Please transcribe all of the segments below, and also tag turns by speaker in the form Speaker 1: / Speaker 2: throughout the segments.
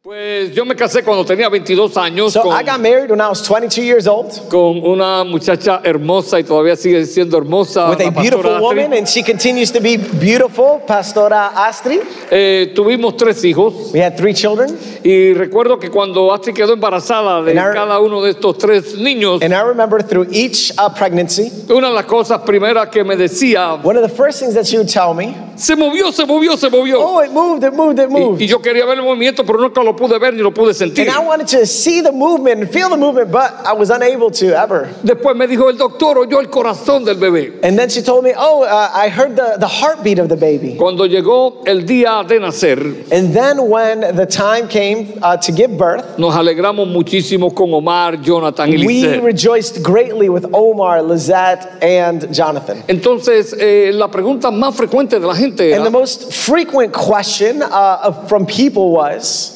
Speaker 1: Pues yo me casé cuando tenía 22 años
Speaker 2: So
Speaker 1: con,
Speaker 2: I got married when I was 22 years old
Speaker 1: con una muchacha hermosa y todavía sigue siendo hermosa.
Speaker 2: with
Speaker 1: la
Speaker 2: a
Speaker 1: pastora
Speaker 2: beautiful
Speaker 1: Astrid.
Speaker 2: woman, and she continues to be beautiful, Pastora Astri.
Speaker 1: Eh, tuvimos tres hijos
Speaker 2: We had three children,
Speaker 1: y recuerdo que cuando Astrid quedó embarazada de
Speaker 2: And I-
Speaker 1: cada uno de estos tres niños,
Speaker 2: and I remember through each uh, pregnancy,
Speaker 1: una de las cosas primeras que me decía,
Speaker 2: one of the first things that she would tell me,
Speaker 1: se movió, se movió, se movió.
Speaker 2: "Oh, it moved, it moved, it moved."
Speaker 1: Y yo quería ver el movimiento, pero nunca lo pude ver ni lo pude sentir.
Speaker 2: And I wanted to see the movement and feel the movement, but I was unable to ever.
Speaker 1: Después me dijo el doctor, oyó el corazón del bebé.
Speaker 2: And then she told me, Oh, uh, I heard the, the heartbeat of the baby.
Speaker 1: Cuando llegó el día de nacer,
Speaker 2: And then when the time came uh, to give birth,
Speaker 1: nos alegramos muchísimo con Omar, Jonathan y
Speaker 2: we
Speaker 1: Lisette.
Speaker 2: rejoiced greatly with Omar, Lizette, and Jonathan.
Speaker 1: Entonces, eh, la pregunta más frecuente de la gente
Speaker 2: And the
Speaker 1: era,
Speaker 2: most frequent question uh, of- from people was,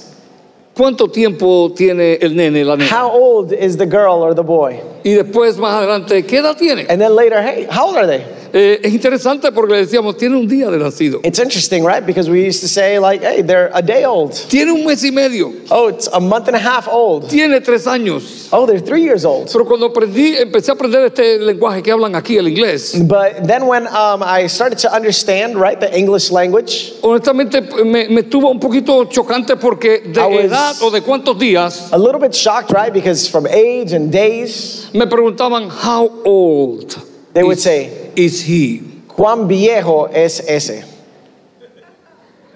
Speaker 1: ¿cuánto tiempo tiene el nene, la nena?
Speaker 2: How old is the girl or the boy?
Speaker 1: Y después, más adelante, ¿qué edad tiene?
Speaker 2: And then later, Hey, how old are they?
Speaker 1: Eh, es interesante porque le decíamos, tiene un día de nacido.
Speaker 2: It's interesting, right? Because we used to say, like, Hey, they're a day old.
Speaker 1: Tiene un mes y medio.
Speaker 2: Oh, it's a month and a half old.
Speaker 1: Tiene tres años.
Speaker 2: Oh, they're three years old.
Speaker 1: Pero cuando aprendí, empecé a aprender este lenguaje que hablan aquí, el inglés,
Speaker 2: But then when um, I started to understand, right, the English language,
Speaker 1: honestamente me, me estuvo un poquito chocante porque de
Speaker 2: I was-
Speaker 1: edad o de cuántos días
Speaker 2: a little bit shocked, right, because from age and days,
Speaker 1: me preguntaban, how old
Speaker 2: They would
Speaker 1: is-
Speaker 2: say-
Speaker 1: is he?
Speaker 2: Juan Viejo es ese.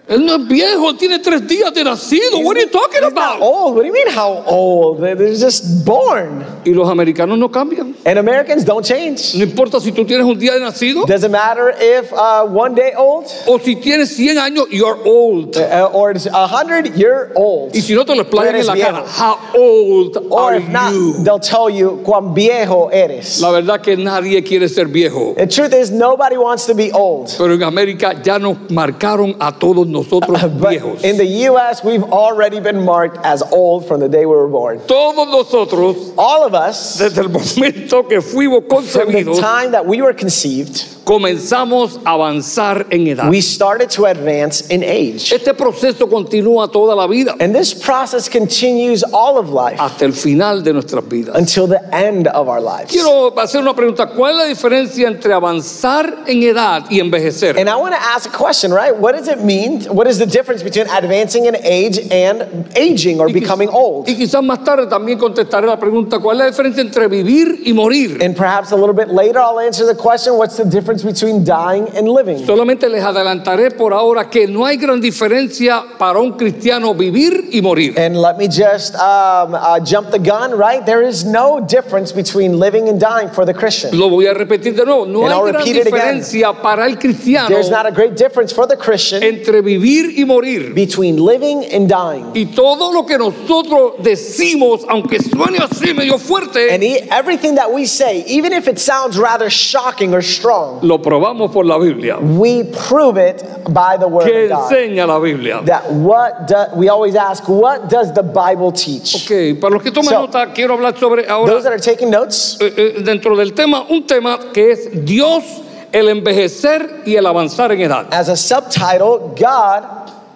Speaker 1: Él no es viejo, él tiene tres días de nacido. What are you talking
Speaker 2: He's not
Speaker 1: about?
Speaker 2: old. What do you mean, how old? They're they're just born.
Speaker 1: Y los americanos no cambian.
Speaker 2: And Americans don't change.
Speaker 1: No importa si tú tienes un día de nacido
Speaker 2: Doesn't matter if uh, one day old
Speaker 1: o si tienes 100 años, you're old.
Speaker 2: uh, or it's 100, you're old.
Speaker 1: Y si no te lo explayan en
Speaker 2: eres
Speaker 1: la
Speaker 2: viejo.
Speaker 1: cara, how old
Speaker 2: Or
Speaker 1: are
Speaker 2: if not,
Speaker 1: you?
Speaker 2: they'll tell you, Juan Viejo eres.
Speaker 1: La verdad que nadie quiere ser viejo.
Speaker 2: The truth is, nobody wants to be old.
Speaker 1: Pero en América ya nos marcaron a todos nosotros
Speaker 2: Ah,
Speaker 1: viejos.
Speaker 2: But in the US, we've already been marked as old from the day we were born.
Speaker 1: Todos nosotros,
Speaker 2: All of us,
Speaker 1: desde el momento que fuimos
Speaker 2: from the
Speaker 1: concebidos,
Speaker 2: time that we were conceived,
Speaker 1: comenzamos a avanzar en edad.
Speaker 2: we started to advance in age.
Speaker 1: Este proceso continúa toda la vida.
Speaker 2: And this process continues all of life
Speaker 1: hasta el final de nuestras vidas.
Speaker 2: until the end of our lives.
Speaker 1: Quiero hacer una pregunta. ¿Cuál es la diferencia entre avanzar en edad y envejecer?
Speaker 2: And I want to ask a question, right? What does it mean? What is the difference between advancing in age and aging or becoming old?
Speaker 1: Y quizás más tarde también contestaré la pregunta, ¿cuál es la diferencia entre vivir y morir?
Speaker 2: And perhaps a little bit later, I'll answer the question what's the difference between dying and living?
Speaker 1: Solamente les adelantaré por ahora que no hay gran diferencia para un cristiano vivir y morir.
Speaker 2: And let me just um, uh, jump the gun, right? There is no difference between living and dying for the Christian.
Speaker 1: Lo voy a repetir de nuevo, no
Speaker 2: And I'll
Speaker 1: hay gran
Speaker 2: repeat it again.
Speaker 1: diferencia para el cristiano
Speaker 2: There's not a great difference for the Christian.
Speaker 1: entre vivir y morir.
Speaker 2: between living and dying.
Speaker 1: Y todo lo que nosotros decimos, aunque suene así medio fuerte,
Speaker 2: And e- everything that we say, even if it sounds rather shocking or strong,
Speaker 1: lo probamos por la Biblia.
Speaker 2: we prove it by the word
Speaker 1: ¿Qué
Speaker 2: of God.
Speaker 1: enseña la Biblia?
Speaker 2: That what do, we always ask, what does the Bible teach?
Speaker 1: Ok, para los que toman
Speaker 2: So,
Speaker 1: nota, quiero hablar sobre ahora,
Speaker 2: Those that are taking notes,
Speaker 1: eh, eh, dentro del tema, un tema que es Dios, el envejecer y el avanzar en edad.
Speaker 2: as a subtitle, God,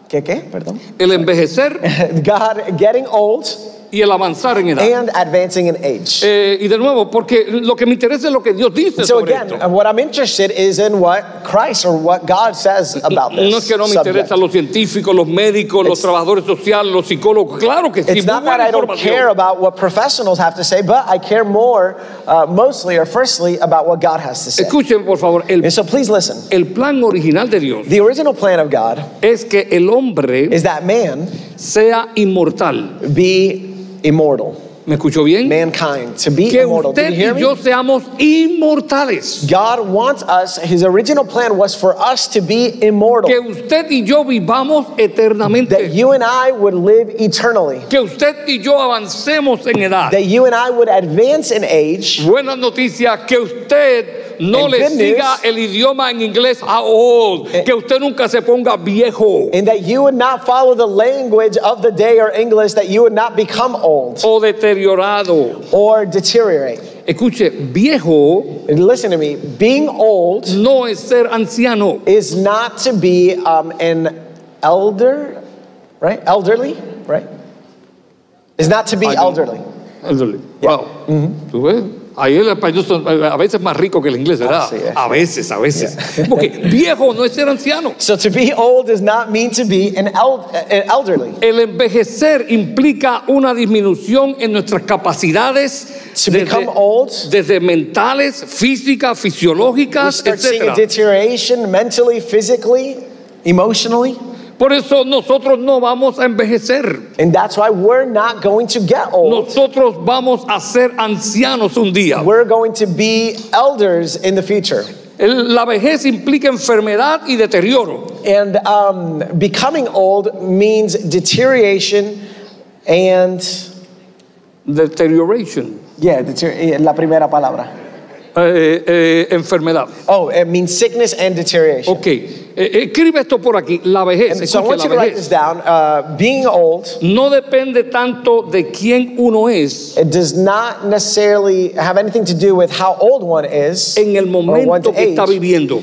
Speaker 2: ¿qué, qué? Perdón.
Speaker 1: El envejecer
Speaker 2: God getting old
Speaker 1: y el avanzar en edad.
Speaker 2: and advancing in age.
Speaker 1: Eh, y de nuevo, porque lo que me interesa es lo que Dios dice
Speaker 2: So
Speaker 1: sobre
Speaker 2: again,
Speaker 1: esto.
Speaker 2: what I'm interested is in what Christ or what God says about this
Speaker 1: No es que no me
Speaker 2: subject.
Speaker 1: interesan los científicos, los médicos, los
Speaker 2: It's-
Speaker 1: trabajadores sociales, los psicólogos. Claro que sí, muy
Speaker 2: It's not that
Speaker 1: buena
Speaker 2: I don't care
Speaker 1: información.
Speaker 2: about what professionals have to say, but I care more, uh, mostly or firstly, about what God has to say.
Speaker 1: Escuchen, por favor, el,
Speaker 2: And so please listen.
Speaker 1: el plan original de Dios
Speaker 2: The original plan of God
Speaker 1: es que el hombre
Speaker 2: is that man
Speaker 1: sea inmortal.
Speaker 2: be immortal,
Speaker 1: ¿Me escuchó bien?
Speaker 2: mankind, to be
Speaker 1: que
Speaker 2: immortal. Did
Speaker 1: usted
Speaker 2: you hear
Speaker 1: y
Speaker 2: me?
Speaker 1: yo seamos inmortales.
Speaker 2: God wants us, his original plan was for us to be immortal,
Speaker 1: Que usted y yo vivamos
Speaker 2: that
Speaker 1: eternamente.
Speaker 2: you and I would live eternally,
Speaker 1: Que usted y yo avancemos en edad.
Speaker 2: that you and I would advance in age.
Speaker 1: Buenas noticias, que usted No
Speaker 2: and
Speaker 1: le
Speaker 2: good
Speaker 1: siga
Speaker 2: news-
Speaker 1: el idioma en inglés a old.
Speaker 2: Eh.
Speaker 1: que usted nunca se ponga viejo.
Speaker 2: and that you would not follow the language of the day or English, that you would not become old
Speaker 1: o deteriorado.
Speaker 2: or deteriorate.
Speaker 1: Escuche, viejo
Speaker 2: And listen to me, being old
Speaker 1: no es ser anciano.
Speaker 2: is not to be um, an elder, right? Elderly, right? Is not to be
Speaker 1: I don't-
Speaker 2: elderly.
Speaker 1: Elderly. Wow. ¿Tú ves? Ahí el español son- a veces es más rico que el inglés, ¿verdad?
Speaker 2: sí, eh.
Speaker 1: A veces, a veces. Porque viejo no es ser anciano.
Speaker 2: So to be old does not mean to be an, el- an elderly.
Speaker 1: El envejecer implica una disminución en nuestras capacidades
Speaker 2: To become old,
Speaker 1: desde mentales, físicas,
Speaker 2: we
Speaker 1: fisiológicas,
Speaker 2: start seeing a
Speaker 1: etc.
Speaker 2: deterioration mentally, physically, emotionally,
Speaker 1: Por eso nosotros no vamos a envejecer.
Speaker 2: and that's why we're not going to get old.
Speaker 1: Nosotros vamos a ser ancianos un día.
Speaker 2: We're going to be elders in the future.
Speaker 1: El- La vejez implica enfermedad y deterioro.
Speaker 2: And um, becoming old means deterioration and
Speaker 1: Deterioration.
Speaker 2: yeah, deter- eh, la primera palabra.
Speaker 1: Eh, eh, enfermedad.
Speaker 2: Oh, it means sickness and deterioration.
Speaker 1: Ok. Eh, escribe esto por aquí. La vejez.
Speaker 2: And so I
Speaker 1: Escuche,
Speaker 2: want
Speaker 1: la
Speaker 2: you to write this
Speaker 1: vejez.
Speaker 2: down. Uh, being old,
Speaker 1: No depende tanto de quién uno es
Speaker 2: it does not necessarily have anything to do with how old one is
Speaker 1: en el
Speaker 2: or one's
Speaker 1: momento que
Speaker 2: age,
Speaker 1: está viviendo,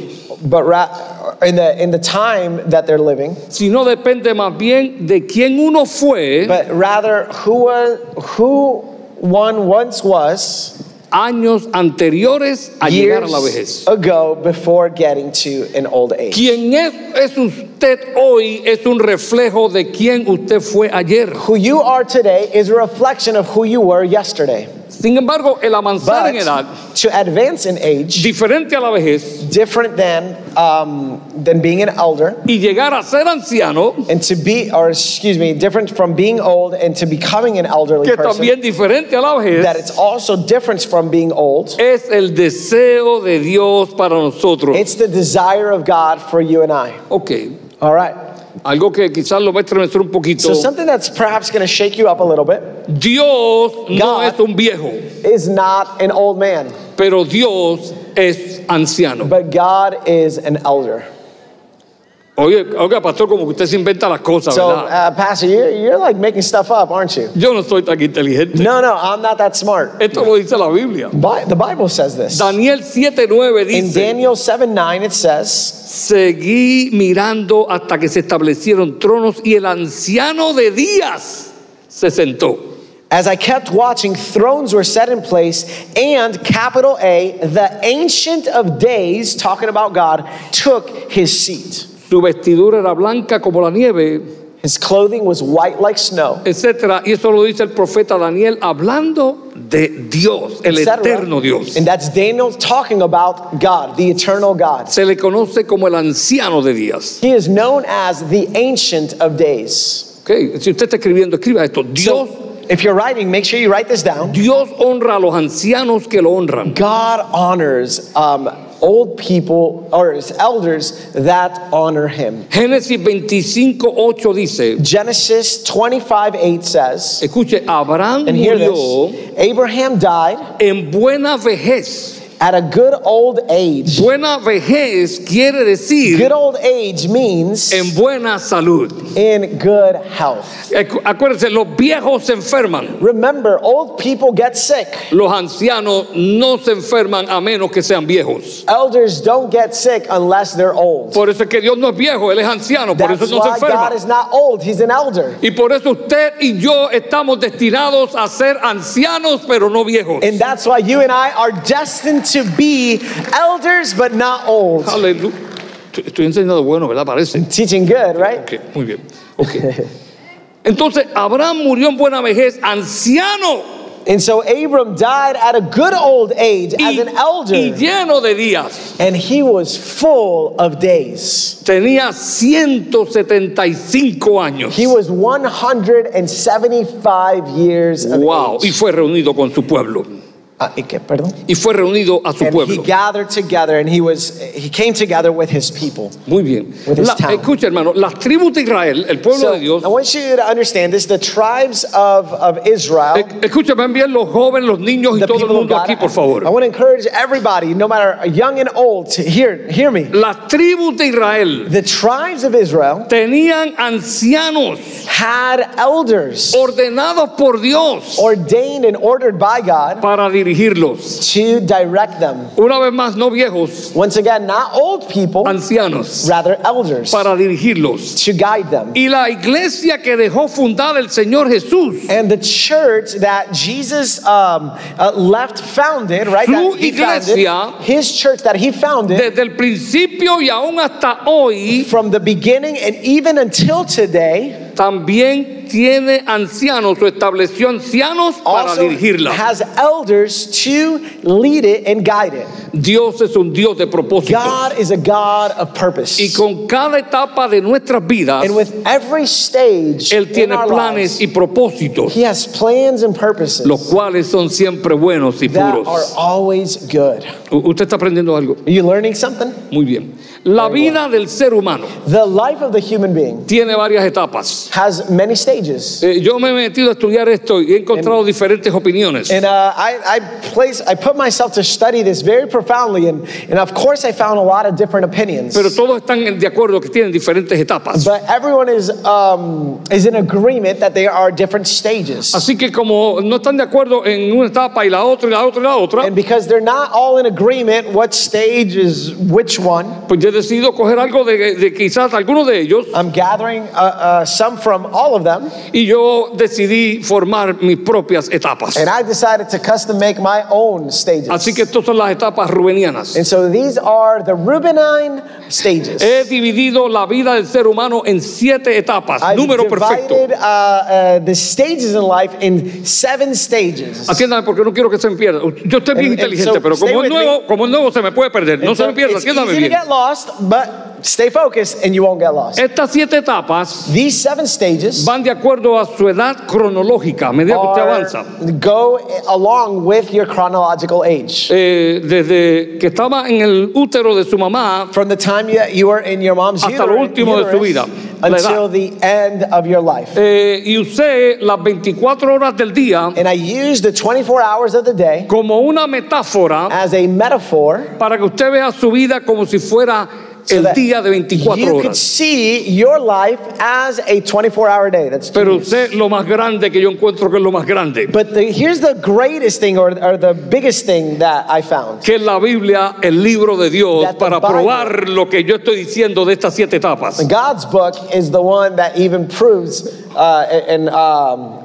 Speaker 2: but ra- in the in the time that they're living,
Speaker 1: sino depende más bien de quién uno fue
Speaker 2: but rather who was who one once was
Speaker 1: años anteriores a llegar a la vejez.
Speaker 2: years ago before getting to an old age.
Speaker 1: Quien es, es usted hoy es un reflejo de quién usted fue ayer.
Speaker 2: Who you are today is a reflection of who you were yesterday.
Speaker 1: Sin embargo, el avanzar
Speaker 2: But
Speaker 1: en edad,
Speaker 2: to advance in age,
Speaker 1: diferente a la vejez,
Speaker 2: different than um, than being an elder.
Speaker 1: y llegar a ser anciano,
Speaker 2: and to be, or excuse me, different from being old and to becoming an elderly
Speaker 1: que
Speaker 2: person,
Speaker 1: también diferente a la vejez,
Speaker 2: that it's also different from being old.
Speaker 1: es el deseo de Dios para nosotros.
Speaker 2: It's the desire of God for you and I.
Speaker 1: Ok,
Speaker 2: All right.
Speaker 1: algo que quizás lo va a estremecer un poquito.
Speaker 2: So something that's perhaps going to shake you up a little bit
Speaker 1: Dios no
Speaker 2: God-
Speaker 1: es un viejo,
Speaker 2: is not an old man,
Speaker 1: pero Dios es anciano.
Speaker 2: but God is an elder.
Speaker 1: Oye, oiga, pastor, como que usted se inventa las cosas,
Speaker 2: So, eh,
Speaker 1: ¿verdad?
Speaker 2: uh, Pastor, you're, you're like making stuff up, aren't you?
Speaker 1: Yo no soy tan inteligente.
Speaker 2: No, no, I'm not that smart.
Speaker 1: Esto lo dice la Biblia.
Speaker 2: Bi- the Bible says this.
Speaker 1: Daniel 7:9
Speaker 2: In
Speaker 1: dice,
Speaker 2: Daniel 7 9, it says,
Speaker 1: Seguí mirando hasta que se establecieron tronos y el anciano de días se sentó.
Speaker 2: As I kept watching, thrones were set in place, and capital A, the Ancient of Days, talking about God, took his seat.
Speaker 1: Su vestidura era blanca como la nieve,
Speaker 2: His clothing was white like snow.
Speaker 1: etcétera. Y eso lo dice el profeta Daniel hablando de Dios, el
Speaker 2: etc..
Speaker 1: eterno Dios.
Speaker 2: And that's Daniel talking about God, the eternal God.
Speaker 1: Se le conoce como el anciano de días.
Speaker 2: He is known as the Ancient of Days.
Speaker 1: Ok, Si usted está escribiendo, escriba esto. Dios,
Speaker 2: So if you're writing, make sure you write this down.
Speaker 1: Dios honra a los ancianos que lo honran.
Speaker 2: God honors um, old people or his elders that honor him.
Speaker 1: Génesis 25, 8 dice,
Speaker 2: Genesis 25 8 says,
Speaker 1: escuche, Abraham
Speaker 2: And hear
Speaker 1: murió
Speaker 2: this Abraham died
Speaker 1: en buena vejez.
Speaker 2: at a good old age.
Speaker 1: Buena vejez quiere decir
Speaker 2: Good old age means
Speaker 1: en buena salud.
Speaker 2: in good health.
Speaker 1: Acu- Acuérdense, los viejos se enferman.
Speaker 2: Remember, old people get sick.
Speaker 1: Los ancianos no se enferman a menos que sean viejos.
Speaker 2: Elders don't get sick unless they're old.
Speaker 1: Por eso es que Dios no es viejo, Él es anciano, por
Speaker 2: That's
Speaker 1: eso no se
Speaker 2: why
Speaker 1: enferma.
Speaker 2: God is not old, He's an elder.
Speaker 1: Y por eso usted y yo estamos destinados a ser ancianos, pero no viejos.
Speaker 2: And that's why you and I are destined to be elders but not old.
Speaker 1: Aleluya. Estoy- Estoy enseñando bueno, ¿verdad? Parece.
Speaker 2: Teaching good, right?
Speaker 1: Ok, muy bien. Ok. Entonces, Abraham murió en buena vejez, anciano
Speaker 2: And so Abram died at a good old age as
Speaker 1: y,
Speaker 2: an elder,
Speaker 1: y lleno de días.
Speaker 2: and he was full of days.
Speaker 1: Tenía 175 años.
Speaker 2: He was 175 years of
Speaker 1: Wow, y
Speaker 2: age.
Speaker 1: fue reunido con su pueblo.
Speaker 2: Ah, ¿y qué? Perdón.
Speaker 1: y fue reunido a su
Speaker 2: And he
Speaker 1: pueblo.
Speaker 2: gathered together and he was he came together with his people.
Speaker 1: Muy bien.
Speaker 2: With his
Speaker 1: La-
Speaker 2: town.
Speaker 1: escucha, hermano, las tribus de Israel, el pueblo
Speaker 2: So
Speaker 1: de Dios,
Speaker 2: I want you to understand this. The tribes of, of Israel,
Speaker 1: e- escúchame bien los jóvenes, los niños y
Speaker 2: the
Speaker 1: todo el
Speaker 2: people of
Speaker 1: mundo
Speaker 2: God.
Speaker 1: aquí, por
Speaker 2: I
Speaker 1: favor.
Speaker 2: want to encourage everybody, no matter young and old, to hear hear me.
Speaker 1: Las tribus de Israel
Speaker 2: The tribes of Israel
Speaker 1: tenían ancianos
Speaker 2: had elders
Speaker 1: ordenados por Dios
Speaker 2: ordained and ordered by God
Speaker 1: para dirigirlos.
Speaker 2: to direct them.
Speaker 1: Una vez más, no viejos,
Speaker 2: Once again, not old people,
Speaker 1: ancianos
Speaker 2: rather elders
Speaker 1: para dirigirlos.
Speaker 2: to guide them.
Speaker 1: Y la iglesia que dejó fundada el Señor Jesús,
Speaker 2: And the church that Jesus um, uh, left founded, right?
Speaker 1: Su
Speaker 2: that he founded,
Speaker 1: iglesia-
Speaker 2: his church that he founded
Speaker 1: desde el principio y aún hasta hoy,
Speaker 2: from the beginning and even until today
Speaker 1: también tiene ancianos o estableció ancianos para
Speaker 2: also
Speaker 1: dirigirla.
Speaker 2: has elders to lead it and guide it.
Speaker 1: Dios es un Dios de propósito.
Speaker 2: God is a God of purpose.
Speaker 1: Y con cada etapa de nuestras vidas,
Speaker 2: and with every stage
Speaker 1: Él
Speaker 2: in
Speaker 1: tiene
Speaker 2: our
Speaker 1: planes
Speaker 2: lives,
Speaker 1: y propósitos,
Speaker 2: he has plans and purposes
Speaker 1: los cuales son siempre buenos y
Speaker 2: that are
Speaker 1: puros.
Speaker 2: always good.
Speaker 1: U- Usted está aprendiendo algo.
Speaker 2: Are you learning something?
Speaker 1: Muy bien. La vida del ser humano
Speaker 2: The life of the human being
Speaker 1: tiene varias etapas.
Speaker 2: has many stages.
Speaker 1: Eh, yo me he metido a estudiar esto y he encontrado diferentes opiniones.
Speaker 2: And uh, I, I place, I put myself to study this very profoundly, and, and of course I found a lot of different opinions.
Speaker 1: Pero todos están de acuerdo que tienen diferentes etapas.
Speaker 2: but everyone is um, is in agreement that there are different stages,
Speaker 1: Así que como no están de acuerdo en una etapa y la otra y la otra y la otra,
Speaker 2: and because they're not all in agreement what stage is which one,
Speaker 1: pues yo he decidido coger algo de, de quizás alguno de ellos
Speaker 2: I'm gathering uh, uh, some from all of them,
Speaker 1: y yo decidí formar mis propias etapas.
Speaker 2: and I decided to custom make my own stages.
Speaker 1: Así que estas son las etapas rubenianas.
Speaker 2: and so these are the Rubenine stages.
Speaker 1: He dividido la vida del ser humano en siete etapas.
Speaker 2: I've
Speaker 1: Número perfecto.
Speaker 2: divided uh, uh, the stages in life in seven stages.
Speaker 1: Atiéndame porque no quiero que se me pierda. Yo estoy bien
Speaker 2: And- and
Speaker 1: inteligente,
Speaker 2: so,
Speaker 1: pero
Speaker 2: stay
Speaker 1: como es,
Speaker 2: with
Speaker 1: nuevo, como es nuevo se me puede perder. No
Speaker 2: And
Speaker 1: se
Speaker 2: so
Speaker 1: me pierda,
Speaker 2: it's easy
Speaker 1: atiéndame
Speaker 2: to
Speaker 1: bien.
Speaker 2: get lost, but stay focused and you won't get lost.
Speaker 1: Estas siete etapas
Speaker 2: These seven stages
Speaker 1: van de acuerdo a su edad cronológica, a medida que usted avanza.
Speaker 2: are, go along with your chronological age.
Speaker 1: Eh, desde que estaba en el útero de su mamá,
Speaker 2: From the time you, you were in your mom's
Speaker 1: Hasta lo
Speaker 2: uterus,
Speaker 1: último de su vida, la edad.
Speaker 2: until the end of your life.
Speaker 1: eh, y usé las 24 horas del día
Speaker 2: And I use the 24 hours of the day
Speaker 1: como una metáfora
Speaker 2: as a metaphor
Speaker 1: para que usted vea su vida como si fuera
Speaker 2: so
Speaker 1: el
Speaker 2: that
Speaker 1: día de 24
Speaker 2: you could
Speaker 1: horas.
Speaker 2: see your life as a 24 hour day. That's
Speaker 1: Pero
Speaker 2: genius.
Speaker 1: usted lo más grande que yo encuentro que es lo más grande,
Speaker 2: But the, here's the greatest thing, or, or the biggest thing that I found.
Speaker 1: que es la Biblia, el libro de Dios,
Speaker 2: That the
Speaker 1: para
Speaker 2: Bible-
Speaker 1: probar lo que yo estoy diciendo de estas siete etapas.
Speaker 2: God's book is the one that even proves uh, and um,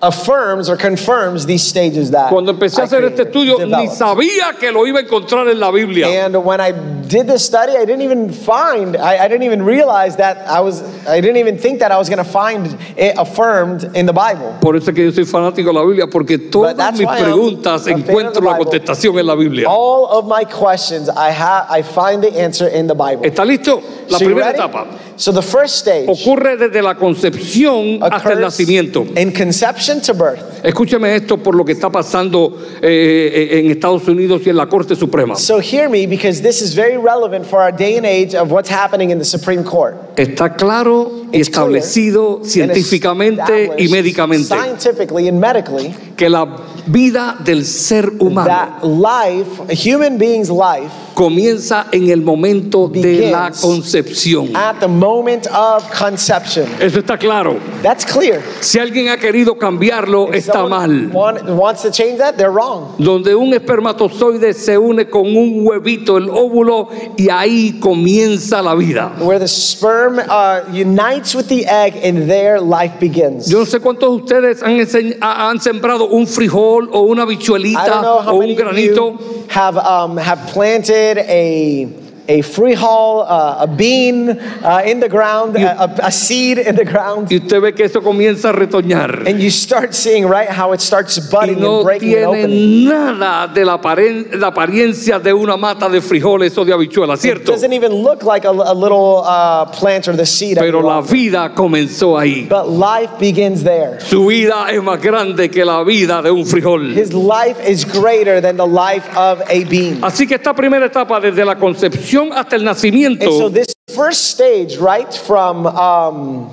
Speaker 2: affirms or confirms these stages that.
Speaker 1: Cuando empecé a
Speaker 2: I
Speaker 1: hacer este
Speaker 2: created,
Speaker 1: estudio, ni
Speaker 2: developed.
Speaker 1: sabía que lo iba a encontrar en la Biblia.
Speaker 2: And when I did this study, I didn't even find, I, I didn't even realize that I was, I didn't even think that I was going to find it affirmed in the Bible.
Speaker 1: Por eso es que yo soy fanático de la Biblia, porque todas
Speaker 2: that's
Speaker 1: mis
Speaker 2: why I'm
Speaker 1: preguntas
Speaker 2: a fan of the
Speaker 1: encuentro la
Speaker 2: Bible.
Speaker 1: contestación en la Biblia.
Speaker 2: All of my questions, I, ha- I find the answer in the Bible.
Speaker 1: ¿Está listo? La
Speaker 2: So you
Speaker 1: primera
Speaker 2: ready?
Speaker 1: etapa
Speaker 2: So the first stage
Speaker 1: ocurre desde la concepción hasta el
Speaker 2: occurs
Speaker 1: nacimiento.
Speaker 2: in conception to birth.
Speaker 1: Escúcheme esto por lo que está pasando eh, eh, en Estados Unidos y en la Corte Suprema.
Speaker 2: So hear me because this is very relevant for our day and age of what's happening in the Supreme Court.
Speaker 1: Está claro y
Speaker 2: It's clear
Speaker 1: establecido
Speaker 2: and
Speaker 1: científicamente y
Speaker 2: established
Speaker 1: médicamente
Speaker 2: Scientifically and medically,
Speaker 1: que la vida del ser humano
Speaker 2: that life, a human being's life,
Speaker 1: comienza en el momento de la
Speaker 2: Begins.
Speaker 1: concepción.
Speaker 2: at the moment of conception.
Speaker 1: Eso está claro.
Speaker 2: That's clear.
Speaker 1: Si alguien ha querido cambiarlo, está
Speaker 2: Someone
Speaker 1: mal.
Speaker 2: want- wants to change that, they're wrong.
Speaker 1: Donde un espermatozoide se une con un huevito, el óvulo, y ahí comienza la vida.
Speaker 2: Where the sperm uh, unites with the egg and their life begins.
Speaker 1: Yo no sé cuántos de ustedes han, ense- ha- han sembrado un frijol o una
Speaker 2: I don't know
Speaker 1: bichuelita
Speaker 2: how
Speaker 1: o un
Speaker 2: many of
Speaker 1: granito.
Speaker 2: you have um, have planted a a free haul, uh, a bean uh, in the ground, a, a- a seed in the ground.
Speaker 1: Y usted ve que eso comienza a retoñar.
Speaker 2: And you start seeing, right, how it starts
Speaker 1: Y
Speaker 2: budding
Speaker 1: no
Speaker 2: and breaking and opening.
Speaker 1: tiene nada de la, aparen- la apariencia de una mata de frijoles o de habichuelas,
Speaker 2: It
Speaker 1: ¿cierto?
Speaker 2: doesn't even look like a, a little uh, plant or the seed.
Speaker 1: Pero la
Speaker 2: anymore.
Speaker 1: vida comenzó ahí.
Speaker 2: But life begins there.
Speaker 1: Su vida es más grande que la vida de un frijol.
Speaker 2: His life is greater than the life of a bean.
Speaker 1: Así que esta primera etapa, desde la concepción hasta el
Speaker 2: And so
Speaker 1: nacimiento,
Speaker 2: this first stage, right, from um,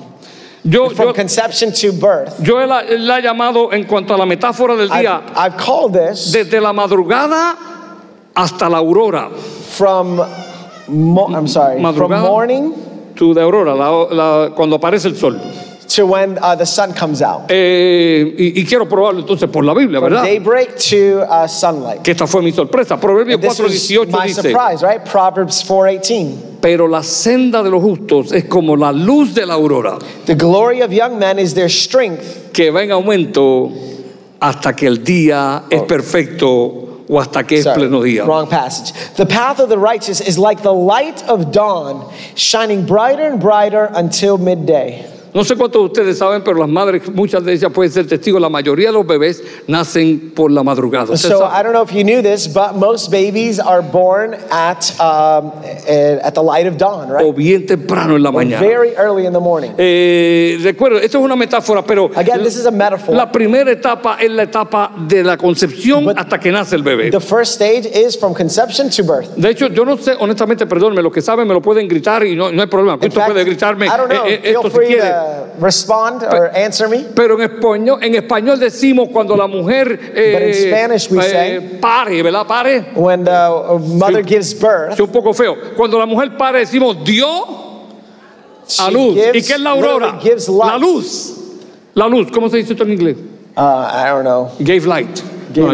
Speaker 1: yo,
Speaker 2: from
Speaker 1: yo,
Speaker 2: conception to birth,
Speaker 1: yo la, la he llamado en cuanto a la metáfora del
Speaker 2: I've,
Speaker 1: día,
Speaker 2: I've called this
Speaker 1: desde la madrugada hasta la aurora.
Speaker 2: from. Mo- I'm sorry, from
Speaker 1: Madrugada.
Speaker 2: morning
Speaker 1: To the aurora, la- la- cuando aparece el sol.
Speaker 2: to when uh, the sun comes out,
Speaker 1: Eh, y, y quiero probarlo entonces por la Biblia,
Speaker 2: from
Speaker 1: ¿verdad?
Speaker 2: daybreak to uh, sunlight.
Speaker 1: Que esta fue mi sorpresa. Proverbios
Speaker 2: This was
Speaker 1: 4:18
Speaker 2: my
Speaker 1: dice,
Speaker 2: surprise, right? Proverbs 4:18.
Speaker 1: pero la senda de los justos es como la luz de la aurora,
Speaker 2: The glory of young men is their strength,
Speaker 1: que va en aumento hasta que el día es
Speaker 2: Oh.
Speaker 1: perfecto o hasta que es
Speaker 2: Sorry,
Speaker 1: pleno día.
Speaker 2: Wrong passage. The path of the righteous is like the light of dawn, shining brighter and brighter until midday.
Speaker 1: No sé cuántos de ustedes saben, pero las madres, muchas de ellas pueden ser testigos, la mayoría de los bebés nacen por la madrugada. Usted
Speaker 2: So
Speaker 1: sabe.
Speaker 2: I don't know if you knew this, but most babies are born at um, eh, at the light of dawn, right?
Speaker 1: o bien temprano en la Oh, mañana.
Speaker 2: Very early in the morning.
Speaker 1: Eh, recuerdo, esto es una metáfora, pero
Speaker 2: Again, this is a metaphor.
Speaker 1: la primera etapa es la etapa de la concepción hasta que nace el bebé.
Speaker 2: The first stage is from conception to birth.
Speaker 1: De hecho, yo no sé, honestamente, perdónenme, los que saben me lo pueden gritar y no, no hay problema.
Speaker 2: In
Speaker 1: Usted
Speaker 2: fact,
Speaker 1: puede gritarme
Speaker 2: I don't know.
Speaker 1: eh, eh,
Speaker 2: Feel
Speaker 1: esto si
Speaker 2: free
Speaker 1: quiere.
Speaker 2: to respond or answer me.
Speaker 1: Pero en español, en español decimos cuando la mujer eh,
Speaker 2: But in Spanish we say-
Speaker 1: pare, ¿verdad? Pare.
Speaker 2: When the mother gives birth,
Speaker 1: Es un poco feo. Cuando la mujer pare decimos dio a
Speaker 2: she
Speaker 1: luz. ¿Y
Speaker 2: gives,
Speaker 1: qué es la aurora?
Speaker 2: literally gives
Speaker 1: La
Speaker 2: light.
Speaker 1: luz. La luz. ¿Cómo se dice esto en inglés?
Speaker 2: Uh, I don't know.
Speaker 1: Gave light.
Speaker 2: Gave-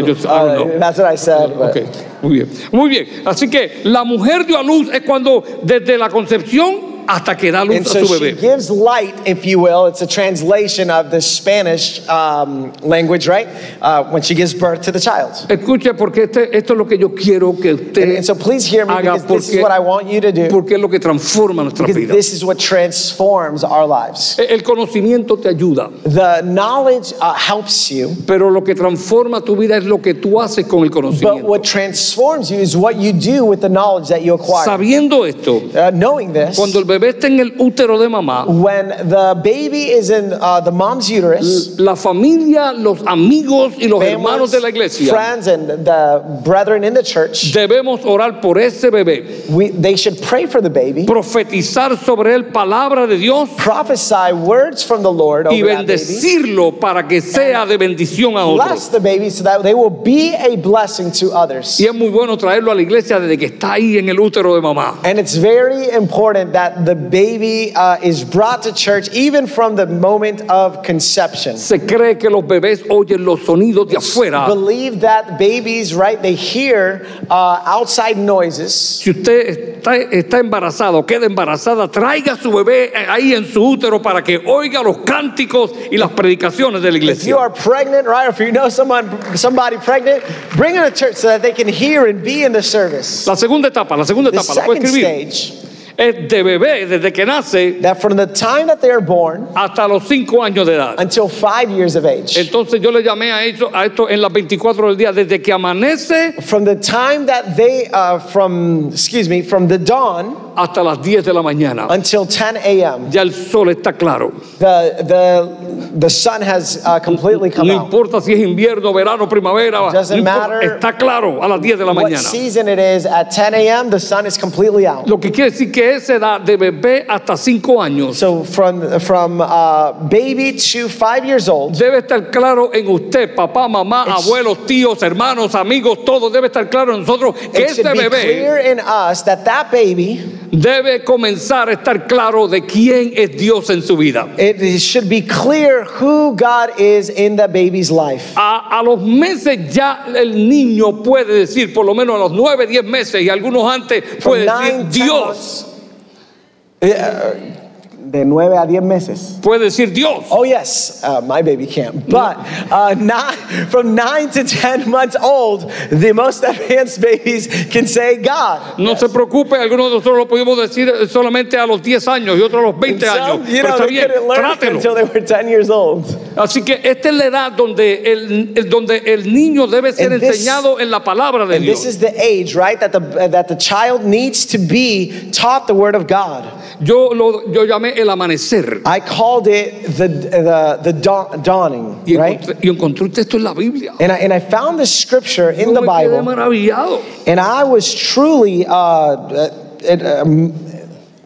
Speaker 1: no, yo- I don't
Speaker 2: uh,
Speaker 1: know.
Speaker 2: That's what I said. but-
Speaker 1: Ok, muy bien. Muy bien. Así que la mujer dio a luz es cuando desde la concepción hasta que da luz
Speaker 2: And
Speaker 1: a
Speaker 2: so
Speaker 1: su
Speaker 2: she
Speaker 1: bebé.
Speaker 2: gives light, if you will. It's a translation of the Spanish um, language, right? Uh, when she gives birth to the child.
Speaker 1: Escuche, porque este, esto es lo que yo quiero que
Speaker 2: And,
Speaker 1: usted
Speaker 2: and so please hear me
Speaker 1: haga,
Speaker 2: because this is
Speaker 1: porque,
Speaker 2: what I want you to do.
Speaker 1: porque es lo que transforma nuestra
Speaker 2: Because
Speaker 1: vida.
Speaker 2: this is what transforms our lives.
Speaker 1: E- El conocimiento te ayuda,
Speaker 2: The knowledge uh, helps you,
Speaker 1: pero lo que transforma tu vida es lo que tú haces con el
Speaker 2: but
Speaker 1: conocimiento.
Speaker 2: what transforms you is what you do with the knowledge that you acquire.
Speaker 1: Sabiendo esto,
Speaker 2: Uh, knowing this,
Speaker 1: cuando el bebé está en el útero de mamá,
Speaker 2: when the baby is in uh, the mom's uterus,
Speaker 1: la familia, los amigos y los hermanos de la
Speaker 2: families,
Speaker 1: iglesia
Speaker 2: friends, and the brethren in the church,
Speaker 1: debemos orar por ese bebé,
Speaker 2: we, they should pray for the baby.
Speaker 1: profetizar sobre él palabra de Dios
Speaker 2: prophesy words from the Lord
Speaker 1: y
Speaker 2: over that baby.
Speaker 1: bendecirlo para que sea de bendición a otros.
Speaker 2: Bless the baby so that they will be a blessing to others.
Speaker 1: Y es muy bueno traerlo a la iglesia desde que está ahí en el útero de mamá.
Speaker 2: And it's very important that the baby uh, is brought to church even from the moment of conception.
Speaker 1: Se cree que los bebés oyen los sonidos de afuera.
Speaker 2: Believe that babies, right, they hear uh, outside noises.
Speaker 1: Si usted está, está embarazado o queda embarazada, traiga a su bebé eh, ahí en su útero para que oiga los cánticos y las predicaciones de la
Speaker 2: If you
Speaker 1: iglesia.
Speaker 2: are pregnant, right, or if you know someone, somebody pregnant, bring her to church so that they can hear and be in the service.
Speaker 1: La segunda etapa, la segunda
Speaker 2: The
Speaker 1: etapa, la puede
Speaker 2: second
Speaker 1: escribir.
Speaker 2: stage,
Speaker 1: Es de bebé desde que nace
Speaker 2: that from the time that they are born
Speaker 1: hasta los cinco años de edad.
Speaker 2: until five years of age.
Speaker 1: Entonces yo le llamé a esto, a esto en las 24 del día, desde que amanece
Speaker 2: from the time that they uh, from excuse me from the dawn
Speaker 1: hasta las 10 de la mañana.
Speaker 2: until 10 a.m.
Speaker 1: Ya el sol está claro.
Speaker 2: the the the sun has uh, completely come
Speaker 1: No
Speaker 2: out.
Speaker 1: importa si es invierno, verano, primavera, no
Speaker 2: Doesn't
Speaker 1: importa,
Speaker 2: matter
Speaker 1: está claro a las 10 de la
Speaker 2: What
Speaker 1: mañana.
Speaker 2: season it is at 10 a.m. the sun is completely out.
Speaker 1: Lo que quiere decir que esa edad de bebé hasta 5 años
Speaker 2: So from from uh, baby to five years old,
Speaker 1: debe estar claro en usted, papá, mamá, abuelos, tíos, hermanos, amigos, todos debe estar claro en nosotros que
Speaker 2: it should
Speaker 1: ese
Speaker 2: be
Speaker 1: bebé
Speaker 2: clear in us that that baby
Speaker 1: debe comenzar a estar claro de quién es Dios en su vida.
Speaker 2: it, it should be clear who God is in that baby's life.
Speaker 1: A, a los meses ya el niño puede decir, por lo menos a los 9, 10 meses y algunos antes, puede
Speaker 2: nine
Speaker 1: decir
Speaker 2: to-
Speaker 1: Dios.
Speaker 2: Uh, de 9 a 10 meses.
Speaker 1: Puede decir Dios.
Speaker 2: Oh, yes, uh, my baby
Speaker 1: Mm-hmm.
Speaker 2: can't. But uh, not, from 9 to 10 months old, the most advanced babies can say God.
Speaker 1: No se preocupe, algunos de nosotros lo pudimos decir eh, solamente a los 10 años y otros a los 20 años.
Speaker 2: Some, you
Speaker 1: Pero
Speaker 2: know,
Speaker 1: está
Speaker 2: they
Speaker 1: bien,
Speaker 2: couldn't learn it
Speaker 1: trátelo.
Speaker 2: until they were 10 years old.
Speaker 1: Así que esta es la edad donde el, el- donde el niño debe ser
Speaker 2: And this-
Speaker 1: enseñado en la palabra de
Speaker 2: And this
Speaker 1: Dios.
Speaker 2: is the age, right, that the, that the child needs to be taught the Word of God.
Speaker 1: Yo lo yo llamé el amanecer.
Speaker 2: I called it the, the, the dawn, dawning,
Speaker 1: Y
Speaker 2: right?
Speaker 1: encontré, y encontré un texto en la Biblia.
Speaker 2: And I, and I found this scripture in
Speaker 1: Yo
Speaker 2: the
Speaker 1: me quedé
Speaker 2: Bible.
Speaker 1: maravillado.
Speaker 2: And I was truly, uh, uh, it, um,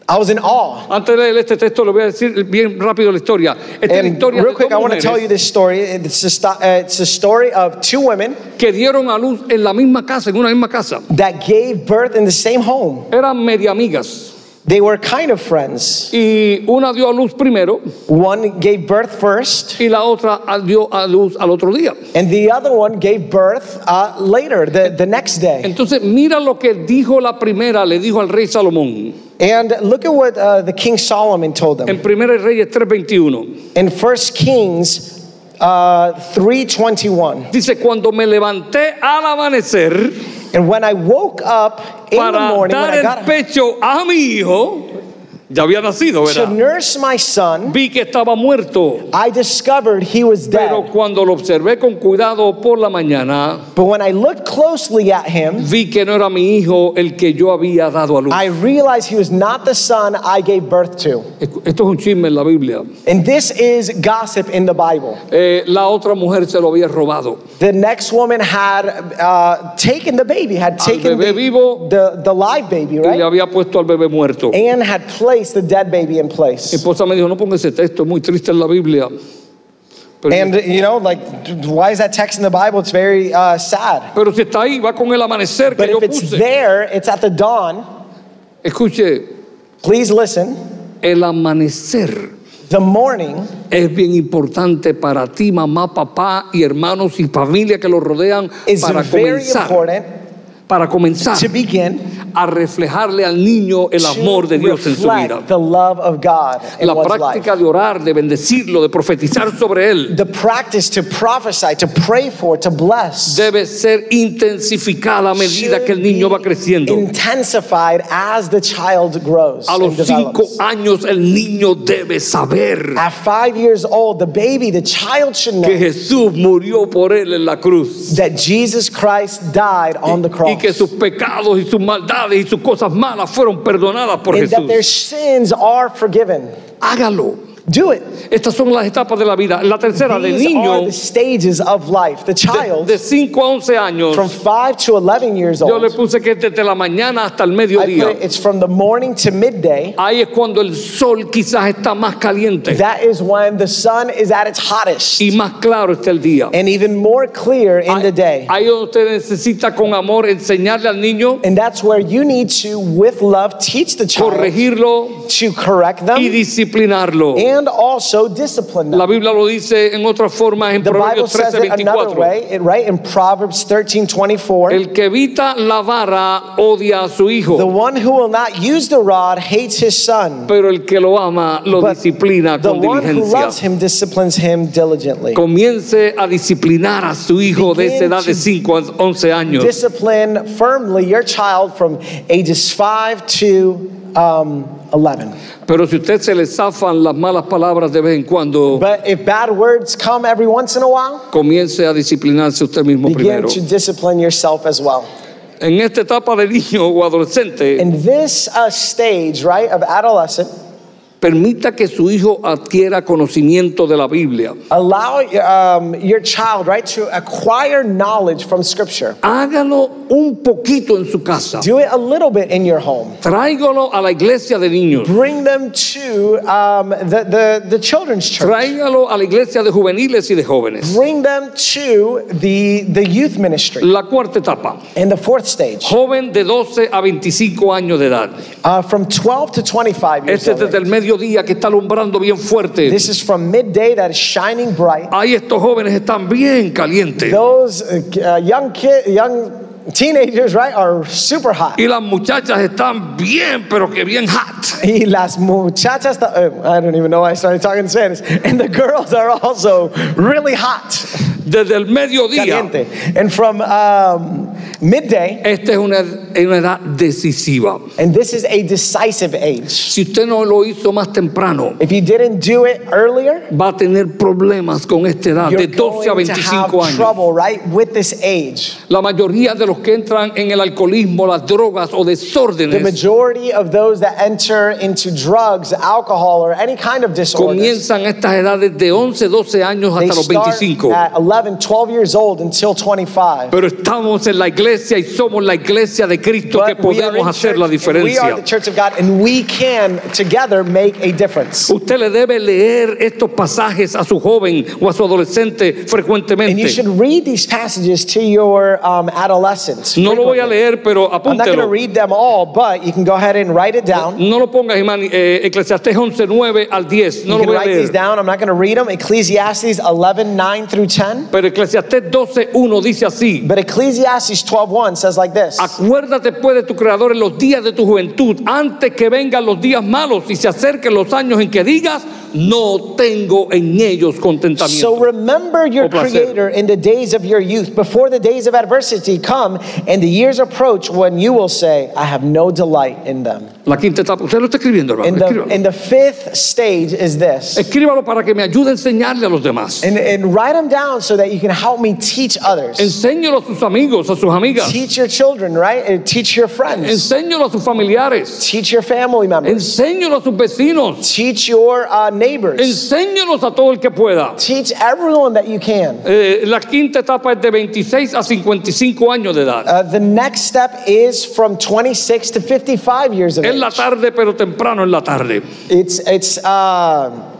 Speaker 2: I was in awe.
Speaker 1: Antes de leer este texto, le voy a decir bien rápido la historia. Esta es la
Speaker 2: And
Speaker 1: historia
Speaker 2: real
Speaker 1: de
Speaker 2: quick, I
Speaker 1: dos
Speaker 2: want to tell you
Speaker 1: mujeres
Speaker 2: this story. It's a, sto- uh, it's a story of two women
Speaker 1: que dieron a luz en la misma casa, en una misma casa.
Speaker 2: that gave birth in the same home.
Speaker 1: Eran media amigas.
Speaker 2: They were kind of friends.
Speaker 1: Y una dio a luz primero
Speaker 2: One gave birth first,
Speaker 1: y la otra dio a luz al otro día.
Speaker 2: and the other one gave birth uh, later, the, the next day.
Speaker 1: Entonces, mira lo que dijo la primera, le dijo al rey Salomón.
Speaker 2: And look at what uh, the King Solomon told them.
Speaker 1: En 1 Reyes 3:21
Speaker 2: in 1 Kings uh, 3:21.
Speaker 1: dice, cuando me levanté al amanecer
Speaker 2: And when I woke up in the
Speaker 1: para
Speaker 2: morning, when
Speaker 1: dar
Speaker 2: I
Speaker 1: el
Speaker 2: got up
Speaker 1: pecho a mi hijo, ya había nacido,
Speaker 2: to
Speaker 1: ¿verdad?
Speaker 2: nurse my son,
Speaker 1: Vi que estaba muerto,
Speaker 2: I discovered he was
Speaker 1: pero
Speaker 2: dead.
Speaker 1: cuando lo observé con cuidado por la mañana,
Speaker 2: But when I looked closely at him,
Speaker 1: vi que no era mi hijo el que yo había dado a luz.
Speaker 2: I realized he was not the son I gave birth to.
Speaker 1: Esto es un chisme en la Biblia.
Speaker 2: And this is gossip in the Bible.
Speaker 1: Eh, la otra mujer se lo había robado.
Speaker 2: The next woman had uh, taken the baby, had taken
Speaker 1: bebé
Speaker 2: the,
Speaker 1: vivo.
Speaker 2: the, the live baby,
Speaker 1: Y le
Speaker 2: right?
Speaker 1: había puesto al bebé muerto. Mi
Speaker 2: And had placed the dead baby in place.
Speaker 1: esposa me dijo, no ponga ese texto, es muy triste en la Biblia. Pero yo
Speaker 2: And you know, like, d- d- why is that text in the Bible? It's very uh, sad.
Speaker 1: Pero si está ahí, va con el amanecer que
Speaker 2: But
Speaker 1: yo
Speaker 2: if it's
Speaker 1: puse.
Speaker 2: there, it's at the dawn.
Speaker 1: Escuche,
Speaker 2: Please listen.
Speaker 1: el amanecer
Speaker 2: The morning
Speaker 1: es bien importante para ti, mamá, papá y hermanos y familia que los rodean
Speaker 2: is
Speaker 1: para
Speaker 2: very
Speaker 1: comenzar,
Speaker 2: important
Speaker 1: para comenzar
Speaker 2: to begin
Speaker 1: a reflejarle al niño el amor de
Speaker 2: to
Speaker 1: Dios en su vida.
Speaker 2: reflect the love of God in
Speaker 1: La
Speaker 2: one's
Speaker 1: práctica
Speaker 2: life.
Speaker 1: de orar, de bendecirlo, de profetizar sobre él
Speaker 2: The practice to prophesy, to pray for, to bless.
Speaker 1: debe ser intensificada a medida
Speaker 2: should
Speaker 1: que el niño
Speaker 2: be
Speaker 1: va creciendo.
Speaker 2: Intensified as the child grows.
Speaker 1: A
Speaker 2: and
Speaker 1: los cinco
Speaker 2: develops.
Speaker 1: años el niño debe saber
Speaker 2: At five years old, the baby, the child should
Speaker 1: que
Speaker 2: know
Speaker 1: Jesús murió por él en la cruz.
Speaker 2: that Jesus Christ died on the cross.
Speaker 1: y que sus pecados y sus maldades y sus cosas malas fueron perdonadas por
Speaker 2: and that their
Speaker 1: Jesús.
Speaker 2: sins are forgiven.
Speaker 1: Hágalo.
Speaker 2: Do it.
Speaker 1: Estas son las etapas de la vida. La tercera de
Speaker 2: These are
Speaker 1: niño,
Speaker 2: the stages of life. The
Speaker 1: de-
Speaker 2: child
Speaker 1: de 5 a 11
Speaker 2: from
Speaker 1: años,
Speaker 2: 5 to 11 years
Speaker 1: yo
Speaker 2: old.
Speaker 1: le puse que es desde la mañana hasta el
Speaker 2: I put
Speaker 1: mediodía.
Speaker 2: it, it's from the morning to midday.
Speaker 1: Ahí es cuando el sol quizás está más caliente
Speaker 2: That is when the sun is at its hottest
Speaker 1: y más claro está el día.
Speaker 2: and even more clear in the day.
Speaker 1: Ahí es donde usted necesita con amor enseñarle al niño,
Speaker 2: And that's where you need to, with love, teach the child
Speaker 1: corregirlo
Speaker 2: to correct
Speaker 1: y
Speaker 2: them
Speaker 1: disciplinarlo.
Speaker 2: and also discipline
Speaker 1: La
Speaker 2: them.
Speaker 1: Biblia lo dice en otras formas en
Speaker 2: The Bible
Speaker 1: Proverbios
Speaker 2: says
Speaker 1: 13,
Speaker 2: it another
Speaker 1: 24.
Speaker 2: way, it- right? In Proverbs 13 24.
Speaker 1: El que evita la vara odia a su
Speaker 2: The
Speaker 1: hijo,
Speaker 2: one who will not use the rod hates his son,
Speaker 1: pero el que lo ama lo
Speaker 2: but
Speaker 1: disciplina
Speaker 2: the
Speaker 1: con
Speaker 2: one who loves
Speaker 1: diligencia.
Speaker 2: him disciplines him diligently.
Speaker 1: Comience a disciplinar a su hijo de esa
Speaker 2: Begin
Speaker 1: edad de
Speaker 2: to
Speaker 1: 5 a 11 años.
Speaker 2: Discipline firmly your child from ages 5 to um, 11.
Speaker 1: Pero si usted se le zafan las malas palabras de vez en cuando,
Speaker 2: But if bad words come every once in a while,
Speaker 1: comience a disciplinarse usted mismo
Speaker 2: begin
Speaker 1: primero.
Speaker 2: to discipline yourself as well.
Speaker 1: En esta etapa de niño o adolescente,
Speaker 2: In this uh, stage, right, of adolescent,
Speaker 1: permita que su hijo adquiera conocimiento de la Biblia.
Speaker 2: allow um, your child, right, to acquire knowledge from Scripture.
Speaker 1: Hágalo un poquito en su casa.
Speaker 2: Do it a little bit in your home.
Speaker 1: Tráigalo a la iglesia de niños.
Speaker 2: bring them to um, the, the, the children's church.
Speaker 1: Tráigalo a la iglesia de juveniles y de jóvenes.
Speaker 2: Bring them to the, the youth ministry.
Speaker 1: La cuarta etapa.
Speaker 2: And the fourth stage,
Speaker 1: Joven de 12 a 25 años de edad.
Speaker 2: uh, from 12 to 25 years
Speaker 1: Este es
Speaker 2: old.
Speaker 1: desde el mediodía que está alumbrando bien fuerte.
Speaker 2: This is from midday that is shining bright.
Speaker 1: Ahí estos jóvenes están bien calientes.
Speaker 2: Those uh, uh, young, ki- young Teenagers, right, are super hot.
Speaker 1: Y las muchachas están bien, pero que bien hot.
Speaker 2: Y las muchachas, ta- eh, I don't even know why I started talking Spanish. And the girls are also really hot,
Speaker 1: Desde el mediodía,
Speaker 2: caliente. And from um, midday,
Speaker 1: esta es una, es una edad decisiva.
Speaker 2: and this is a decisive age.
Speaker 1: Si usted no lo hizo más temprano,
Speaker 2: If you didn't do it earlier,
Speaker 1: va a tener problemas con esta edad,
Speaker 2: you're
Speaker 1: de 12 a
Speaker 2: going to have
Speaker 1: 25 años.
Speaker 2: trouble, right, with this age.
Speaker 1: La mayoría de los que entran en el alcoholismo, las drogas o
Speaker 2: The
Speaker 1: desórdenes
Speaker 2: majority of those that enter into drugs, alcohol, or any kind of disorder,
Speaker 1: comienzan a estas edades de 11, 12 años
Speaker 2: they
Speaker 1: hasta los
Speaker 2: start
Speaker 1: 25.
Speaker 2: at 11, 12 years old until 25.
Speaker 1: Pero estamos en la iglesia y somos la iglesia de Cristo que
Speaker 2: But we are in
Speaker 1: podemos hacer
Speaker 2: church,
Speaker 1: la
Speaker 2: and We are
Speaker 1: diferencia.
Speaker 2: the church of God, and we can together make a difference.
Speaker 1: Usted le debe leer estos pasajes a su joven o a su adolescente
Speaker 2: And you
Speaker 1: frecuentemente.
Speaker 2: should read these passages to your um, adolescents.
Speaker 1: No lo voy a
Speaker 2: frequently.
Speaker 1: leer, pero
Speaker 2: I'm not going to
Speaker 1: apúntelo.
Speaker 2: read them all, but you can go ahead and write it down.
Speaker 1: No lo pongas, hermano. Eh, Eclesiastés 11, 9 al 10. No lo
Speaker 2: You can
Speaker 1: voy a
Speaker 2: write these
Speaker 1: leer.
Speaker 2: down. I'm not going to read them. Ecclesiastes 11, 9 through 10.
Speaker 1: Pero Eclesiastés 12, 1 dice así.
Speaker 2: But Ecclesiastes 12, 1 says like this.
Speaker 1: Acuérdate pues de tu Creador en los días de tu juventud, antes que vengan los días malos y se acerquen los años en que digas, no tengo en ellos contentamiento.
Speaker 2: So remember your
Speaker 1: O Oh, placer.
Speaker 2: Creator in the days of your youth, before the days of adversity come and the years approach when you will say, I have no delight in them.
Speaker 1: La quinta etapa, usted lo está escribiendo, hermano.
Speaker 2: And the,
Speaker 1: Escríbalo.
Speaker 2: and the fifth stage is this.
Speaker 1: Escríbalo para que me ayude a enseñarle a los demás.
Speaker 2: And, and write them down so that you can help me teach others.
Speaker 1: Enséñelo a sus amigos, a sus amigas.
Speaker 2: Teach your children, right? And teach your friends.
Speaker 1: Enséñelo a sus familiares.
Speaker 2: Teach your family members.
Speaker 1: Enséñelo a sus vecinos.
Speaker 2: Teach your uh, neighbors.
Speaker 1: Enséñelos a todo el que pueda.
Speaker 2: Teach everyone that you can.
Speaker 1: Eh, la quinta etapa es de 26 a 55 años de edad.
Speaker 2: Uh, the next step is from 26 to 55 years of
Speaker 1: Es
Speaker 2: age.
Speaker 1: la tarde, pero temprano en la tarde.
Speaker 2: It's it's um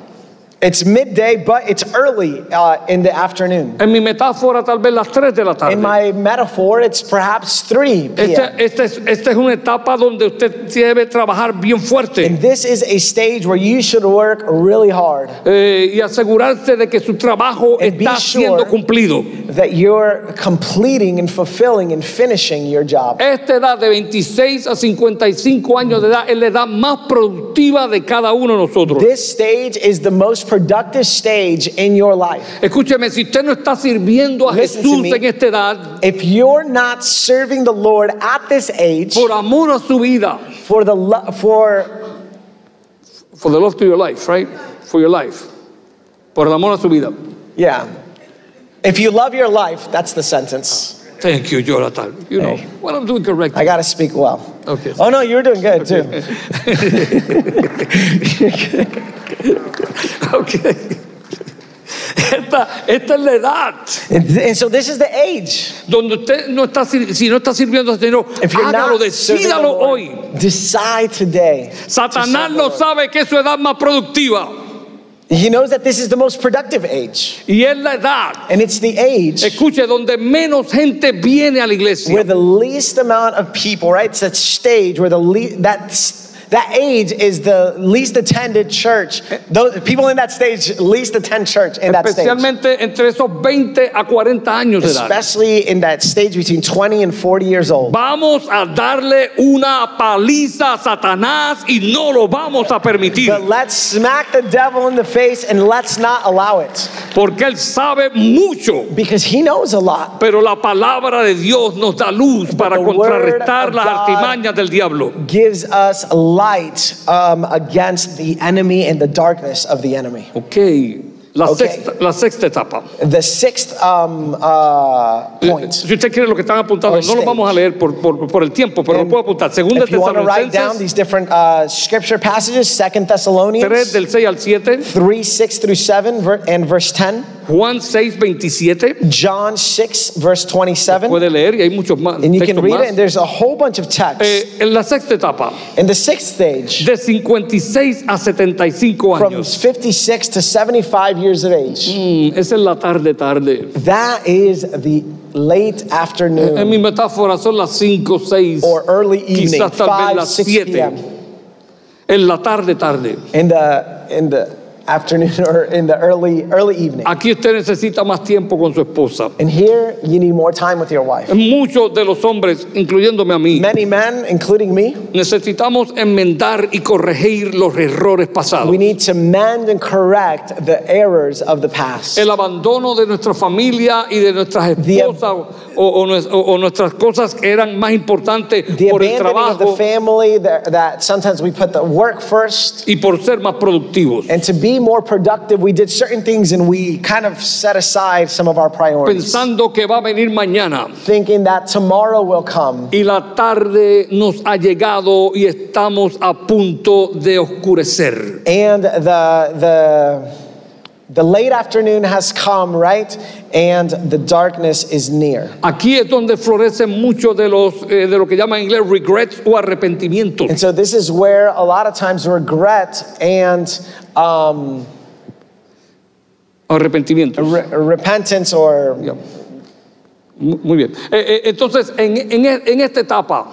Speaker 2: it's midday, but it's early uh, in the afternoon.
Speaker 1: En mi metáfora, tal vez las 3 de la
Speaker 2: In
Speaker 1: tarde.
Speaker 2: my metaphor, it's perhaps three
Speaker 1: Esta,
Speaker 2: p.m.
Speaker 1: esta este es, esta es una etapa donde usted debe trabajar bien fuerte
Speaker 2: And this is a stage where you should work really hard
Speaker 1: eh, y asegurarse de que su trabajo
Speaker 2: And be
Speaker 1: está siendo
Speaker 2: sure-
Speaker 1: cumplido.
Speaker 2: that you're completing and fulfilling and finishing your job.
Speaker 1: Esta edad de 26 a 55 años de edad es la edad más productiva de cada uno de nosotros.
Speaker 2: This stage is the most productive stage in your life.
Speaker 1: Escúcheme, si usted no está sirviendo a
Speaker 2: Listen to
Speaker 1: Jesús
Speaker 2: me.
Speaker 1: en esta edad,
Speaker 2: If you're not serving the Lord at this age
Speaker 1: por amor a su vida,
Speaker 2: for the lo- for
Speaker 1: for the love to your life, right? For your life. Por el amor a su vida.
Speaker 2: yeah, if you love your life, that's the sentence.
Speaker 1: Thank you, Jonathan. You know,
Speaker 2: Hey.
Speaker 1: what I'm doing correct.
Speaker 2: I gotta speak well.
Speaker 1: Okay.
Speaker 2: Oh no, you were doing good too.
Speaker 1: Ok. Esta, esta es la edad
Speaker 2: And, th- and so this is the age.
Speaker 1: donde usted no está, sir- si no está sirviendo al Señor, hágalo,
Speaker 2: serving the
Speaker 1: decídalo
Speaker 2: Lord,
Speaker 1: hoy.
Speaker 2: decide today.
Speaker 1: Satanás no sabe que es su edad más productiva
Speaker 2: He knows that this is the most productive age,
Speaker 1: y es la edad,
Speaker 2: and it's the age
Speaker 1: escuche, donde menos gente viene a la iglesia.
Speaker 2: where the least amount of people, right? It's that stage where the le- that s- that age is the least attended church. Those people in that stage least attend church in that stage.
Speaker 1: Especialmente entre esos 20 a 40 años de edad.
Speaker 2: Especially in that stage between 20 and 40 years old.
Speaker 1: Vamos a darle una paliza a Satanás y no lo vamos a permitir.
Speaker 2: But let's smack the devil in the face and let's not allow it.
Speaker 1: Porque él sabe mucho.
Speaker 2: Because he knows a lot.
Speaker 1: Pero la palabra de Dios nos da luz para
Speaker 2: the word
Speaker 1: contrarrestar
Speaker 2: of
Speaker 1: las
Speaker 2: God-
Speaker 1: artimañas del diablo.
Speaker 2: Gives us light um, against the enemy and the darkness of the enemy.
Speaker 1: Ok, la,
Speaker 2: Ok.
Speaker 1: Sexta, la sexta etapa.
Speaker 2: The sixth um, uh, point.
Speaker 1: Si usted quiere lo que están apuntando,
Speaker 2: Or
Speaker 1: no lo
Speaker 2: stage.
Speaker 1: vamos a leer por, por- por el tiempo, pero lo puedo apuntar. Segunda
Speaker 2: If you want to write down
Speaker 1: Tesalonicenses
Speaker 2: these different uh, scripture passages, Second
Speaker 1: 3
Speaker 2: Thessalonians
Speaker 1: del 6 al 7,
Speaker 2: 3, 6 through 7 ver- and verse 10,
Speaker 1: Juan 6, 27,
Speaker 2: John 6, verse 27.
Speaker 1: puede leer y hay muchos más.
Speaker 2: And you can
Speaker 1: textos
Speaker 2: read
Speaker 1: más.
Speaker 2: it, and there's a whole bunch of texts.
Speaker 1: Eh, en la sexta etapa,
Speaker 2: In the sixth stage,
Speaker 1: de 56 a 75
Speaker 2: from
Speaker 1: años.
Speaker 2: 56 to 75 years of age,
Speaker 1: Mm, esa es la tarde, tarde.
Speaker 2: that is the late afternoon.
Speaker 1: En mi metáfora son las 5, 6.
Speaker 2: or early evening,
Speaker 1: Quizás tal vez
Speaker 2: 5,
Speaker 1: las
Speaker 2: 6
Speaker 1: 7.
Speaker 2: p.m.
Speaker 1: En la tarde, tarde.
Speaker 2: In the in the afternoon or in the early early evening.
Speaker 1: Aquí usted necesita más tiempo con su esposa.
Speaker 2: And here you need more time with your wife.
Speaker 1: Muchos de los hombres, incluyéndome a mí,
Speaker 2: Many men, including me,
Speaker 1: necesitamos enmendar y corregir los errores pasados.
Speaker 2: we need to mend and correct the errors of the past.
Speaker 1: El abandono de nuestra familia y de nuestras
Speaker 2: The ab-
Speaker 1: esposas o, o nues- o- o nuestras cosas que eran más importantes
Speaker 2: The
Speaker 1: por el
Speaker 2: abandoning of the
Speaker 1: trabajo
Speaker 2: family, that, that sometimes we put the work first.
Speaker 1: y por ser más productivos.
Speaker 2: And to be more productive, we did certain things and we kind of set aside some of our priorities,
Speaker 1: Pensando que va a venir mañana
Speaker 2: thinking that tomorrow will come.
Speaker 1: y la tarde nos ha llegado y estamos a punto de oscurecer.
Speaker 2: And the, the, the late afternoon has come, right? And the darkness is near.
Speaker 1: Aquí es donde florecen muchos de los eh, de lo que llaman en inglés regrets o arrepentimientos.
Speaker 2: And so this is where a lot of times regret and um,
Speaker 1: Arrepentimientos.
Speaker 2: re- repentance or
Speaker 1: Ya. Mu- Muy bien. Eh, eh, entonces, en- en e- en esta etapa,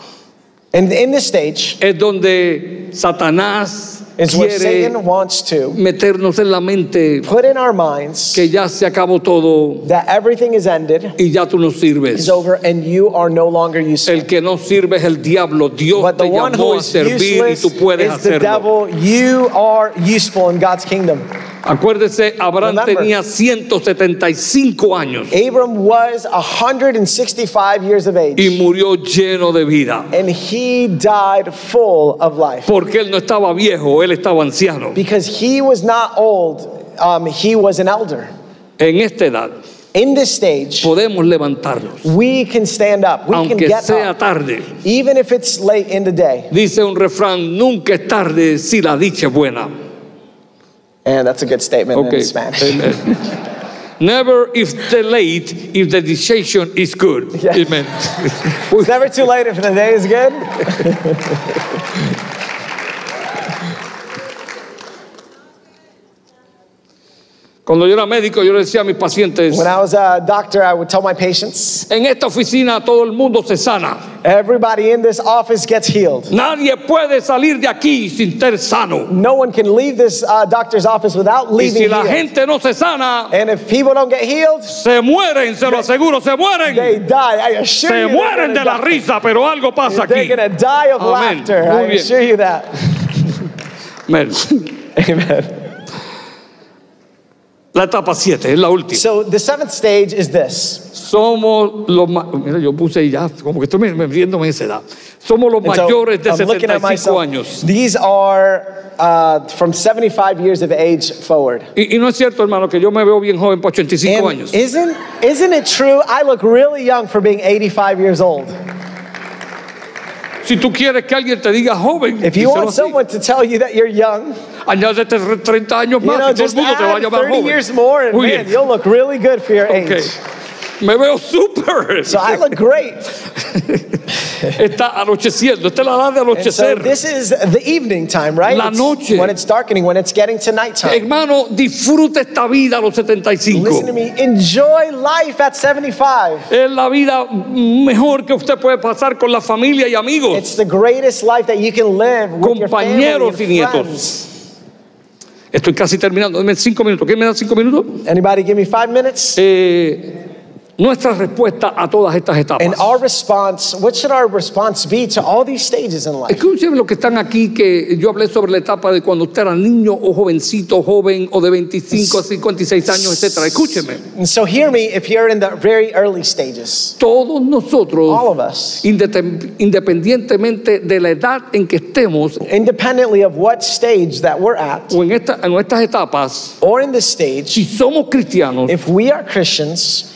Speaker 2: and in this stage
Speaker 1: es donde Satanás
Speaker 2: is where
Speaker 1: quiere
Speaker 2: Satan wants to
Speaker 1: meternos en la mente
Speaker 2: put in our minds
Speaker 1: que ya se acabó todo
Speaker 2: that everything is ended,
Speaker 1: y ya tú no sirves.
Speaker 2: is over, and you are no longer useful.
Speaker 1: El que no sirve es el diablo. Dios
Speaker 2: But
Speaker 1: te
Speaker 2: the one
Speaker 1: llamó
Speaker 2: who
Speaker 1: a
Speaker 2: is
Speaker 1: servir y
Speaker 2: useless
Speaker 1: tú puedes
Speaker 2: is the
Speaker 1: hacerlo.
Speaker 2: devil. You are useful in God's kingdom.
Speaker 1: Acuérdese, Abraham
Speaker 2: Remember.
Speaker 1: tenía 175 años
Speaker 2: Abram was 165 years of
Speaker 1: y
Speaker 2: age,
Speaker 1: murió lleno de vida.
Speaker 2: and he died full of life
Speaker 1: Porque él no estaba viejo, él estaba anciano.
Speaker 2: because he was not old, um, he was an elder.
Speaker 1: En esta edad
Speaker 2: In this stage,
Speaker 1: podemos levantarnos,
Speaker 2: we can stand up, we can
Speaker 1: aunque
Speaker 2: get
Speaker 1: sea
Speaker 2: up,
Speaker 1: tarde.
Speaker 2: even if it's late in the day.
Speaker 1: Dice un refrán, nunca es tarde si la dicha es buena.
Speaker 2: And that's a good statement
Speaker 1: Okay.
Speaker 2: in Spanish.
Speaker 1: Amen. Never if the late if the decision is good.
Speaker 2: Yeah.
Speaker 1: Amen.
Speaker 2: It's never too late if the day is good.
Speaker 1: Cuando yo era médico, yo le decía a mis pacientes,
Speaker 2: When I was a doctor, I would tell my patients,
Speaker 1: en esta oficina todo el mundo se sana.
Speaker 2: everybody in this office gets healed.
Speaker 1: Nadie puede salir de aquí sin ser sano.
Speaker 2: No one can leave this uh, doctor's office without
Speaker 1: Y
Speaker 2: leaving
Speaker 1: si la
Speaker 2: healed.
Speaker 1: gente no se sana,
Speaker 2: And if people don't get healed,
Speaker 1: se mueren, se lo aseguro, se
Speaker 2: they
Speaker 1: mueren.
Speaker 2: die. I assure
Speaker 1: Se
Speaker 2: you. they're
Speaker 1: mueren
Speaker 2: gonna
Speaker 1: de la
Speaker 2: die.
Speaker 1: risa, pero algo pasa
Speaker 2: They're
Speaker 1: aquí.
Speaker 2: going to die of
Speaker 1: Amén.
Speaker 2: laughter.
Speaker 1: Muy
Speaker 2: I
Speaker 1: bien.
Speaker 2: assure you that.
Speaker 1: Amen.
Speaker 2: Amen.
Speaker 1: La etapa 7 es la última.
Speaker 2: So the seventh stage is this.
Speaker 1: Somos los ma- mira, yo puse ahí ya, como que estoy me- me riéndome de esa edad. Somos los
Speaker 2: And so
Speaker 1: mayores de
Speaker 2: I'm looking at
Speaker 1: 75
Speaker 2: myself.
Speaker 1: años.
Speaker 2: These are uh, from 75 years of age forward.
Speaker 1: Y, y no es cierto, hermano, que yo me veo bien joven para 85
Speaker 2: And
Speaker 1: años.
Speaker 2: isn't isn't it true? I look really young for being 85 years old.
Speaker 1: Si tú quieres que alguien te diga joven,
Speaker 2: If you
Speaker 1: díselo
Speaker 2: want
Speaker 1: así.
Speaker 2: someone to tell you that you're young,
Speaker 1: añádete re- 30 años
Speaker 2: you
Speaker 1: más
Speaker 2: know,
Speaker 1: y todo el
Speaker 2: just
Speaker 1: mundo te va a
Speaker 2: add
Speaker 1: llamar
Speaker 2: 30 years
Speaker 1: joven.
Speaker 2: more, and
Speaker 1: Muy
Speaker 2: man,
Speaker 1: bien.
Speaker 2: you'll look really good for your
Speaker 1: Ok.
Speaker 2: age.
Speaker 1: Me veo súper.
Speaker 2: So I look great.
Speaker 1: Está anocheciendo. Esta es la edad de
Speaker 2: And so
Speaker 1: anochecer.
Speaker 2: this is the evening time, right?
Speaker 1: La
Speaker 2: It's
Speaker 1: noche.
Speaker 2: When it's darkening, when it's getting to nighttime.
Speaker 1: Hermano, disfruta esta vida a los
Speaker 2: Listen to
Speaker 1: 75.
Speaker 2: me. Enjoy life at 75.
Speaker 1: Es la vida mejor que usted puede pasar con la familia y amigos.
Speaker 2: It's the greatest life that you can live with your family
Speaker 1: Compañeros y
Speaker 2: and
Speaker 1: nietos.
Speaker 2: friends.
Speaker 1: Estoy casi terminando. Dame cinco minutos. ¿Quién me da cinco minutos?
Speaker 2: Anybody give me five minutes?
Speaker 1: Eh, nuestra respuesta a todas estas etapas.
Speaker 2: And our response, what should our response be to all these stages in life?
Speaker 1: Escuchen los que están aquí, que yo hablé sobre la etapa de cuando usted era niño o jovencito, joven o de 25 a 56 años, etcétera. Escúcheme.
Speaker 2: And so hear me if you're in the very early stages.
Speaker 1: Todos
Speaker 2: All of
Speaker 1: nosotros,
Speaker 2: us.
Speaker 1: indete- independientemente de la edad en que estemos
Speaker 2: Independently of what stage that we're at,
Speaker 1: o en, esta- en estas etapas,
Speaker 2: or in this stage,
Speaker 1: si somos cristianos,
Speaker 2: if we are Christians,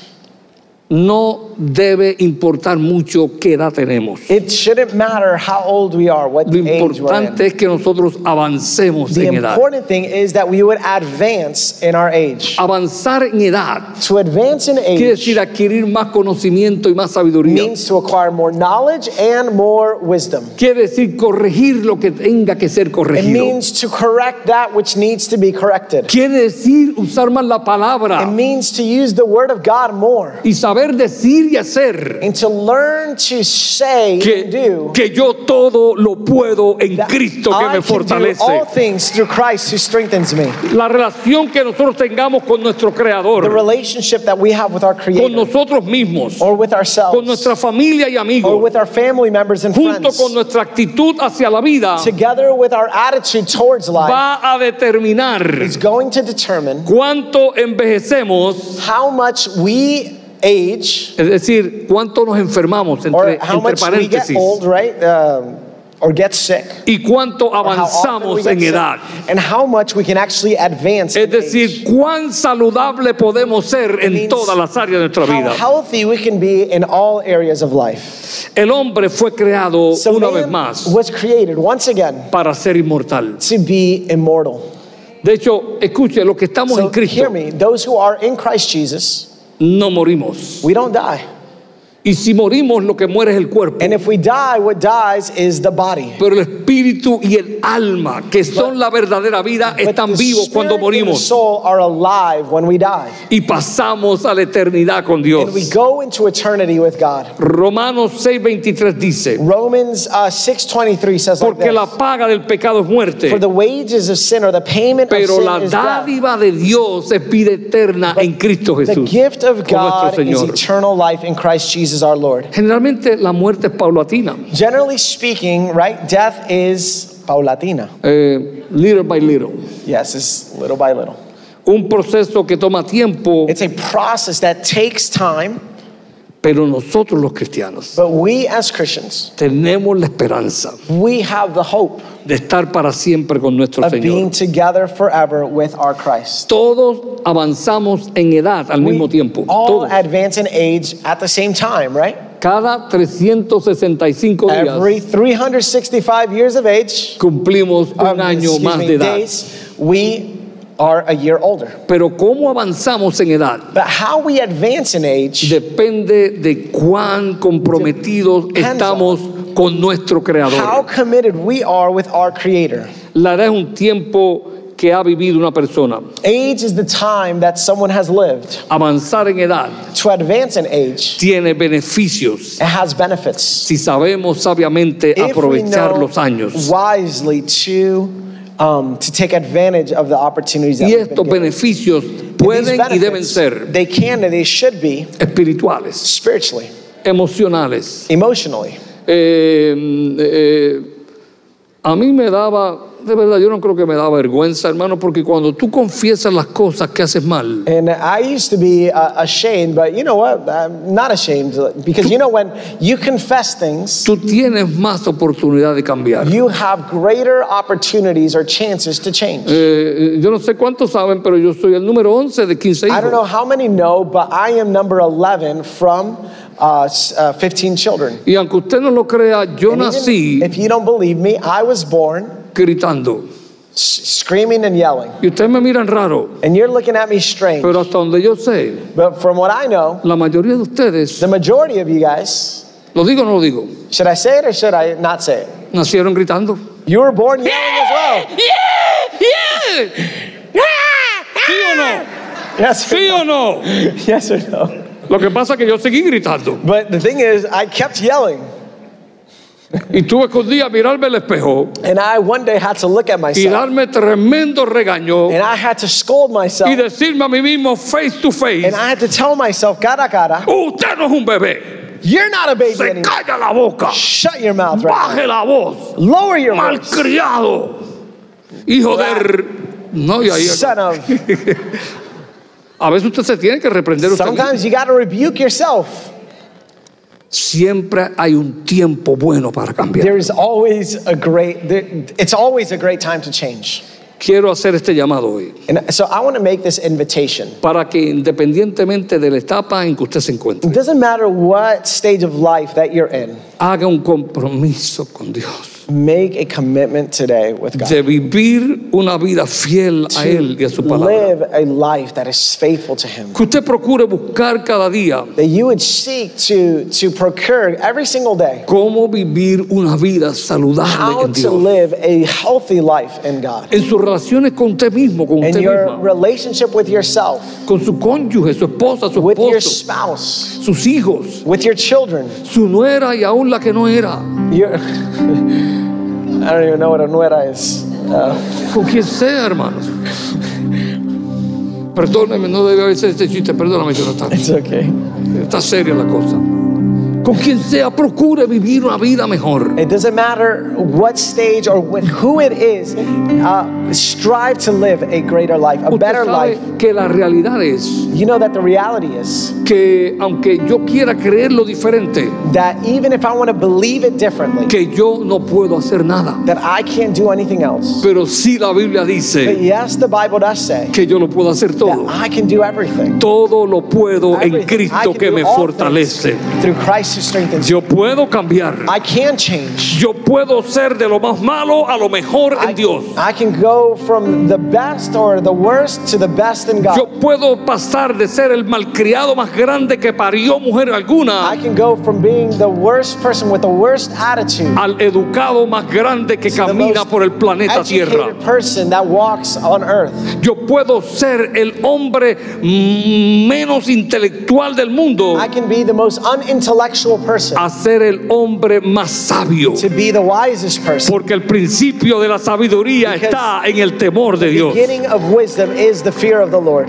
Speaker 1: no debe importar mucho qué edad tenemos.
Speaker 2: It shouldn't matter how old we are, what
Speaker 1: Lo
Speaker 2: age we're
Speaker 1: importante
Speaker 2: in.
Speaker 1: es que nosotros avancemos
Speaker 2: The
Speaker 1: en edad.
Speaker 2: important thing is that we would advance in our age.
Speaker 1: Avanzar en edad
Speaker 2: To advance in
Speaker 1: quiere
Speaker 2: age
Speaker 1: decir adquirir más conocimiento y más sabiduría.
Speaker 2: means to acquire more knowledge and more wisdom.
Speaker 1: Quiere decir corregir lo que tenga que ser
Speaker 2: It
Speaker 1: corregido.
Speaker 2: means to correct that which needs to be corrected.
Speaker 1: Quiere decir usar más la
Speaker 2: It
Speaker 1: palabra
Speaker 2: means to use the word of God more
Speaker 1: y saber decir y hacer
Speaker 2: and to learn to say and
Speaker 1: que,
Speaker 2: do
Speaker 1: que yo todo lo puedo en
Speaker 2: that
Speaker 1: Cristo que
Speaker 2: I
Speaker 1: me
Speaker 2: can do all
Speaker 1: fortalece.
Speaker 2: things through Christ who strengthens me.
Speaker 1: La relación que nosotros tengamos con nuestro
Speaker 2: The
Speaker 1: Creador,
Speaker 2: relationship that we have with our
Speaker 1: con
Speaker 2: Creator
Speaker 1: nosotros mismos,
Speaker 2: or with
Speaker 1: con
Speaker 2: ourselves
Speaker 1: nuestra familia y
Speaker 2: or
Speaker 1: amigos,
Speaker 2: with our family members and
Speaker 1: junto
Speaker 2: friends
Speaker 1: con nuestra actitud hacia la vida,
Speaker 2: together with our attitude towards life
Speaker 1: va a determinar
Speaker 2: is going to determine
Speaker 1: cuánto envejecemos,
Speaker 2: how much we age
Speaker 1: es decir, cuánto nos enfermamos,
Speaker 2: or
Speaker 1: entre,
Speaker 2: how
Speaker 1: entre
Speaker 2: much we get
Speaker 1: paréntesis,
Speaker 2: old, right? Um, or get sick.
Speaker 1: y cuánto
Speaker 2: or how often we
Speaker 1: avanzamos
Speaker 2: get
Speaker 1: en
Speaker 2: sick,
Speaker 1: edad.
Speaker 2: And how much we can actually advance.
Speaker 1: Es
Speaker 2: in age.
Speaker 1: decir, cuán saludable podemos ser en
Speaker 2: means
Speaker 1: todas las áreas de nuestra
Speaker 2: how
Speaker 1: vida.
Speaker 2: healthy we can be in all areas of life.
Speaker 1: El hombre fue creado
Speaker 2: So
Speaker 1: una vez
Speaker 2: man
Speaker 1: más
Speaker 2: was created once again
Speaker 1: para ser inmortal.
Speaker 2: to be immortal.
Speaker 1: De hecho, escuche, los que estamos
Speaker 2: So
Speaker 1: en Cristo
Speaker 2: hear me, those who are in Christ Jesus,
Speaker 1: no morimos.
Speaker 2: we don't die.
Speaker 1: Y si morimos, lo que muere es el cuerpo.
Speaker 2: And if we die, what dies is the body.
Speaker 1: Pero el espíritu y el alma, que son la verdadera vida,
Speaker 2: But
Speaker 1: están
Speaker 2: the
Speaker 1: vivos
Speaker 2: spirit
Speaker 1: cuando
Speaker 2: and the
Speaker 1: morimos
Speaker 2: soul are alive when we die.
Speaker 1: y pasamos a la eternidad con
Speaker 2: And we
Speaker 1: Dios.
Speaker 2: go into eternity with God.
Speaker 1: Romanos 6:23 dice,
Speaker 2: Romans uh, 6.23 says like
Speaker 1: porque
Speaker 2: this,
Speaker 1: la paga del pecado es muerte.
Speaker 2: For the wages of sin or the payment of
Speaker 1: Pero
Speaker 2: sin
Speaker 1: la
Speaker 2: is death.
Speaker 1: dádiva de Dios es vida eterna en Cristo
Speaker 2: The
Speaker 1: Jesús,
Speaker 2: gift of
Speaker 1: con nuestro
Speaker 2: God is
Speaker 1: Señor.
Speaker 2: eternal life in Christ Jesus our Lord.
Speaker 1: Generalmente la muerte es paulatina,
Speaker 2: Generally speaking, right, death is paulatina.
Speaker 1: eh, little by little.
Speaker 2: Yes, it's little by little.
Speaker 1: Un proceso que toma tiempo,
Speaker 2: It's a process that takes time,
Speaker 1: pero nosotros los cristianos
Speaker 2: but we as Christians,
Speaker 1: tenemos la esperanza
Speaker 2: we have the hope
Speaker 1: de estar para siempre con nuestro
Speaker 2: of being
Speaker 1: Señor.
Speaker 2: together forever with our Christ.
Speaker 1: Todos avanzamos en edad al mismo tiempo.
Speaker 2: All
Speaker 1: Todos.
Speaker 2: advance in age at the same time, right?
Speaker 1: Cada 365 días
Speaker 2: Every 365 years of age,
Speaker 1: cumplimos
Speaker 2: um,
Speaker 1: un año
Speaker 2: excuse
Speaker 1: más
Speaker 2: me,
Speaker 1: de edad.
Speaker 2: days, we are a year older.
Speaker 1: Pero cómo avanzamos en edad
Speaker 2: But how we advance in age
Speaker 1: Depende de cuán comprometidos
Speaker 2: Depends
Speaker 1: estamos con nuestro
Speaker 2: how
Speaker 1: Creador.
Speaker 2: committed we are with our Creator.
Speaker 1: La edad es un tiempo que ha vivido una persona.
Speaker 2: Age is the time that someone has lived.
Speaker 1: Avanzar en edad
Speaker 2: To advance in age,
Speaker 1: tiene beneficios
Speaker 2: it has benefits.
Speaker 1: si sabemos sabiamente
Speaker 2: If we
Speaker 1: aprovechar
Speaker 2: know
Speaker 1: los años.
Speaker 2: wisely to um, to take advantage of the opportunities that
Speaker 1: Y
Speaker 2: we've been
Speaker 1: estos
Speaker 2: given.
Speaker 1: beneficios
Speaker 2: These
Speaker 1: pueden y deben
Speaker 2: benefits,
Speaker 1: ser
Speaker 2: They can and they should be
Speaker 1: espirituales,
Speaker 2: spiritually,
Speaker 1: emocionales.
Speaker 2: emotionally.
Speaker 1: Eh, eh, a mí me daba, de verdad, yo no creo que me daba vergüenza, hermano, porque cuando tú confiesas las cosas que haces mal,
Speaker 2: And I used to be uh, ashamed, but you know what? I'm not ashamed because you know when you confess things,
Speaker 1: tú tienes más oportunidad de cambiar. Eh,
Speaker 2: you have greater opportunities or chances to change.
Speaker 1: eh, yo no sé cuántos saben, pero yo soy el número 11 de 15
Speaker 2: I don't know
Speaker 1: hijos.
Speaker 2: how many know, but I am number 11 from uh, s- uh, 15 children.
Speaker 1: Y aunque usted no lo crea, yo
Speaker 2: And even
Speaker 1: nací
Speaker 2: if you don't believe me, I was born
Speaker 1: gritando.
Speaker 2: s- screaming and yelling.
Speaker 1: Y ustedes me miran raro,
Speaker 2: And you're looking at me strange.
Speaker 1: pero hasta donde yo sé,
Speaker 2: But from what I know,
Speaker 1: la mayoría de ustedes,
Speaker 2: the majority of you guys,
Speaker 1: lo digo o no lo digo,
Speaker 2: should I say it or should I not say it?
Speaker 1: nacieron gritando.
Speaker 2: You were born yelling as well.
Speaker 1: ¡Yeah! ¿Sí o no?
Speaker 2: Yes or
Speaker 1: ¿Sí
Speaker 2: no?
Speaker 1: o no?
Speaker 2: Yes or no?
Speaker 1: Lo que pasa es que yo seguí gritando
Speaker 2: But the thing is, I kept yelling.
Speaker 1: y tuve escondida a mirarme al espejo
Speaker 2: And I one day had to look at
Speaker 1: y
Speaker 2: myself.
Speaker 1: darme tremendo regaño
Speaker 2: And I had to scold
Speaker 1: y
Speaker 2: myself.
Speaker 1: decirme a mí mismo face to face.
Speaker 2: And I had to tell myself, cara a cara,
Speaker 1: Usted no es un bebé.
Speaker 2: you're not a baby
Speaker 1: Se
Speaker 2: anymore.
Speaker 1: calla la boca.
Speaker 2: Shut your mouth right
Speaker 1: Baje la voz.
Speaker 2: now. Lower your voice.
Speaker 1: Malcriado. Hijo de... r- No, y ahí...
Speaker 2: Son of.
Speaker 1: A veces usted se tiene que reprender usted mismo.
Speaker 2: Sometimes you got to rebuke yourself.
Speaker 1: Siempre hay un tiempo bueno para cambiar.
Speaker 2: There is always a great. There, it's always a great time to change.
Speaker 1: Quiero hacer este llamado hoy
Speaker 2: And so I want to make this invitation.
Speaker 1: para que independientemente de la etapa en que usted se encuentre,
Speaker 2: It doesn't matter what stage of life that you're in.
Speaker 1: haga un compromiso con Dios.
Speaker 2: Make a commitment today with God.
Speaker 1: de vivir una vida fiel a
Speaker 2: to
Speaker 1: Él y a su palabra.
Speaker 2: live a life that is faithful to Him.
Speaker 1: Que usted procure buscar cada día
Speaker 2: That you would seek to, to procure every single day
Speaker 1: cómo vivir una vida saludable
Speaker 2: how
Speaker 1: en
Speaker 2: to
Speaker 1: Dios.
Speaker 2: live a healthy life in God.
Speaker 1: En sus relaciones con usted mismo, con
Speaker 2: In
Speaker 1: usted
Speaker 2: your
Speaker 1: misma,
Speaker 2: relationship with yourself,
Speaker 1: con su cónyuge, su esposa, su
Speaker 2: with your
Speaker 1: esposo,
Speaker 2: spouse,
Speaker 1: sus hijos,
Speaker 2: with your children.
Speaker 1: su nuera y aún la que no era,
Speaker 2: Your, I don't even know what a nuera is. Uh,
Speaker 1: con quien sea, hermanos. Perdóneme, no debe haber sido este chiste, perdóname, Jonathan.
Speaker 2: it's okay.
Speaker 1: Está seria la cosa. Con quien sea, procure vivir una vida mejor.
Speaker 2: It doesn't matter what stage or what, who it is, uh, strive to live a greater life, a
Speaker 1: Usted
Speaker 2: better
Speaker 1: sabe
Speaker 2: life.
Speaker 1: que la realidad es
Speaker 2: You know that the reality is
Speaker 1: que aunque yo quiera creer lo diferente,
Speaker 2: that even if I want to believe it differently,
Speaker 1: que yo no puedo hacer nada.
Speaker 2: that I can't do anything else.
Speaker 1: Pero sí la Biblia
Speaker 2: But
Speaker 1: dice
Speaker 2: yes, the Bible does say
Speaker 1: que yo lo puedo hacer
Speaker 2: that
Speaker 1: todo.
Speaker 2: I can do everything.
Speaker 1: Todo lo puedo en
Speaker 2: Everything. I
Speaker 1: Cristo
Speaker 2: can
Speaker 1: que
Speaker 2: do
Speaker 1: me
Speaker 2: all
Speaker 1: fortalece.
Speaker 2: things Through Christ who strengthens
Speaker 1: Yo puedo cambiar.
Speaker 2: I can change.
Speaker 1: Yo puedo ser de lo más malo a lo mejor
Speaker 2: I,
Speaker 1: en Dios.
Speaker 2: I can go from the best or the worst to the best in God.
Speaker 1: Yo puedo pasar de ser el malcriado más grande que parió mujer
Speaker 2: I
Speaker 1: alguna
Speaker 2: can go from being the worst person with the worst attitude
Speaker 1: al educado más grande que
Speaker 2: to the
Speaker 1: camina
Speaker 2: most
Speaker 1: por el planeta
Speaker 2: educated
Speaker 1: Tierra.
Speaker 2: person that walks on earth.
Speaker 1: Yo puedo ser el hombre menos intelectual del mundo
Speaker 2: I can be the most unintellectual person
Speaker 1: a ser el hombre más sabio.
Speaker 2: to be the wisest person.
Speaker 1: Porque el principio de la sabiduría
Speaker 2: Because
Speaker 1: está en el temor de
Speaker 2: The
Speaker 1: Dios.
Speaker 2: beginning of wisdom is the fear of the Lord.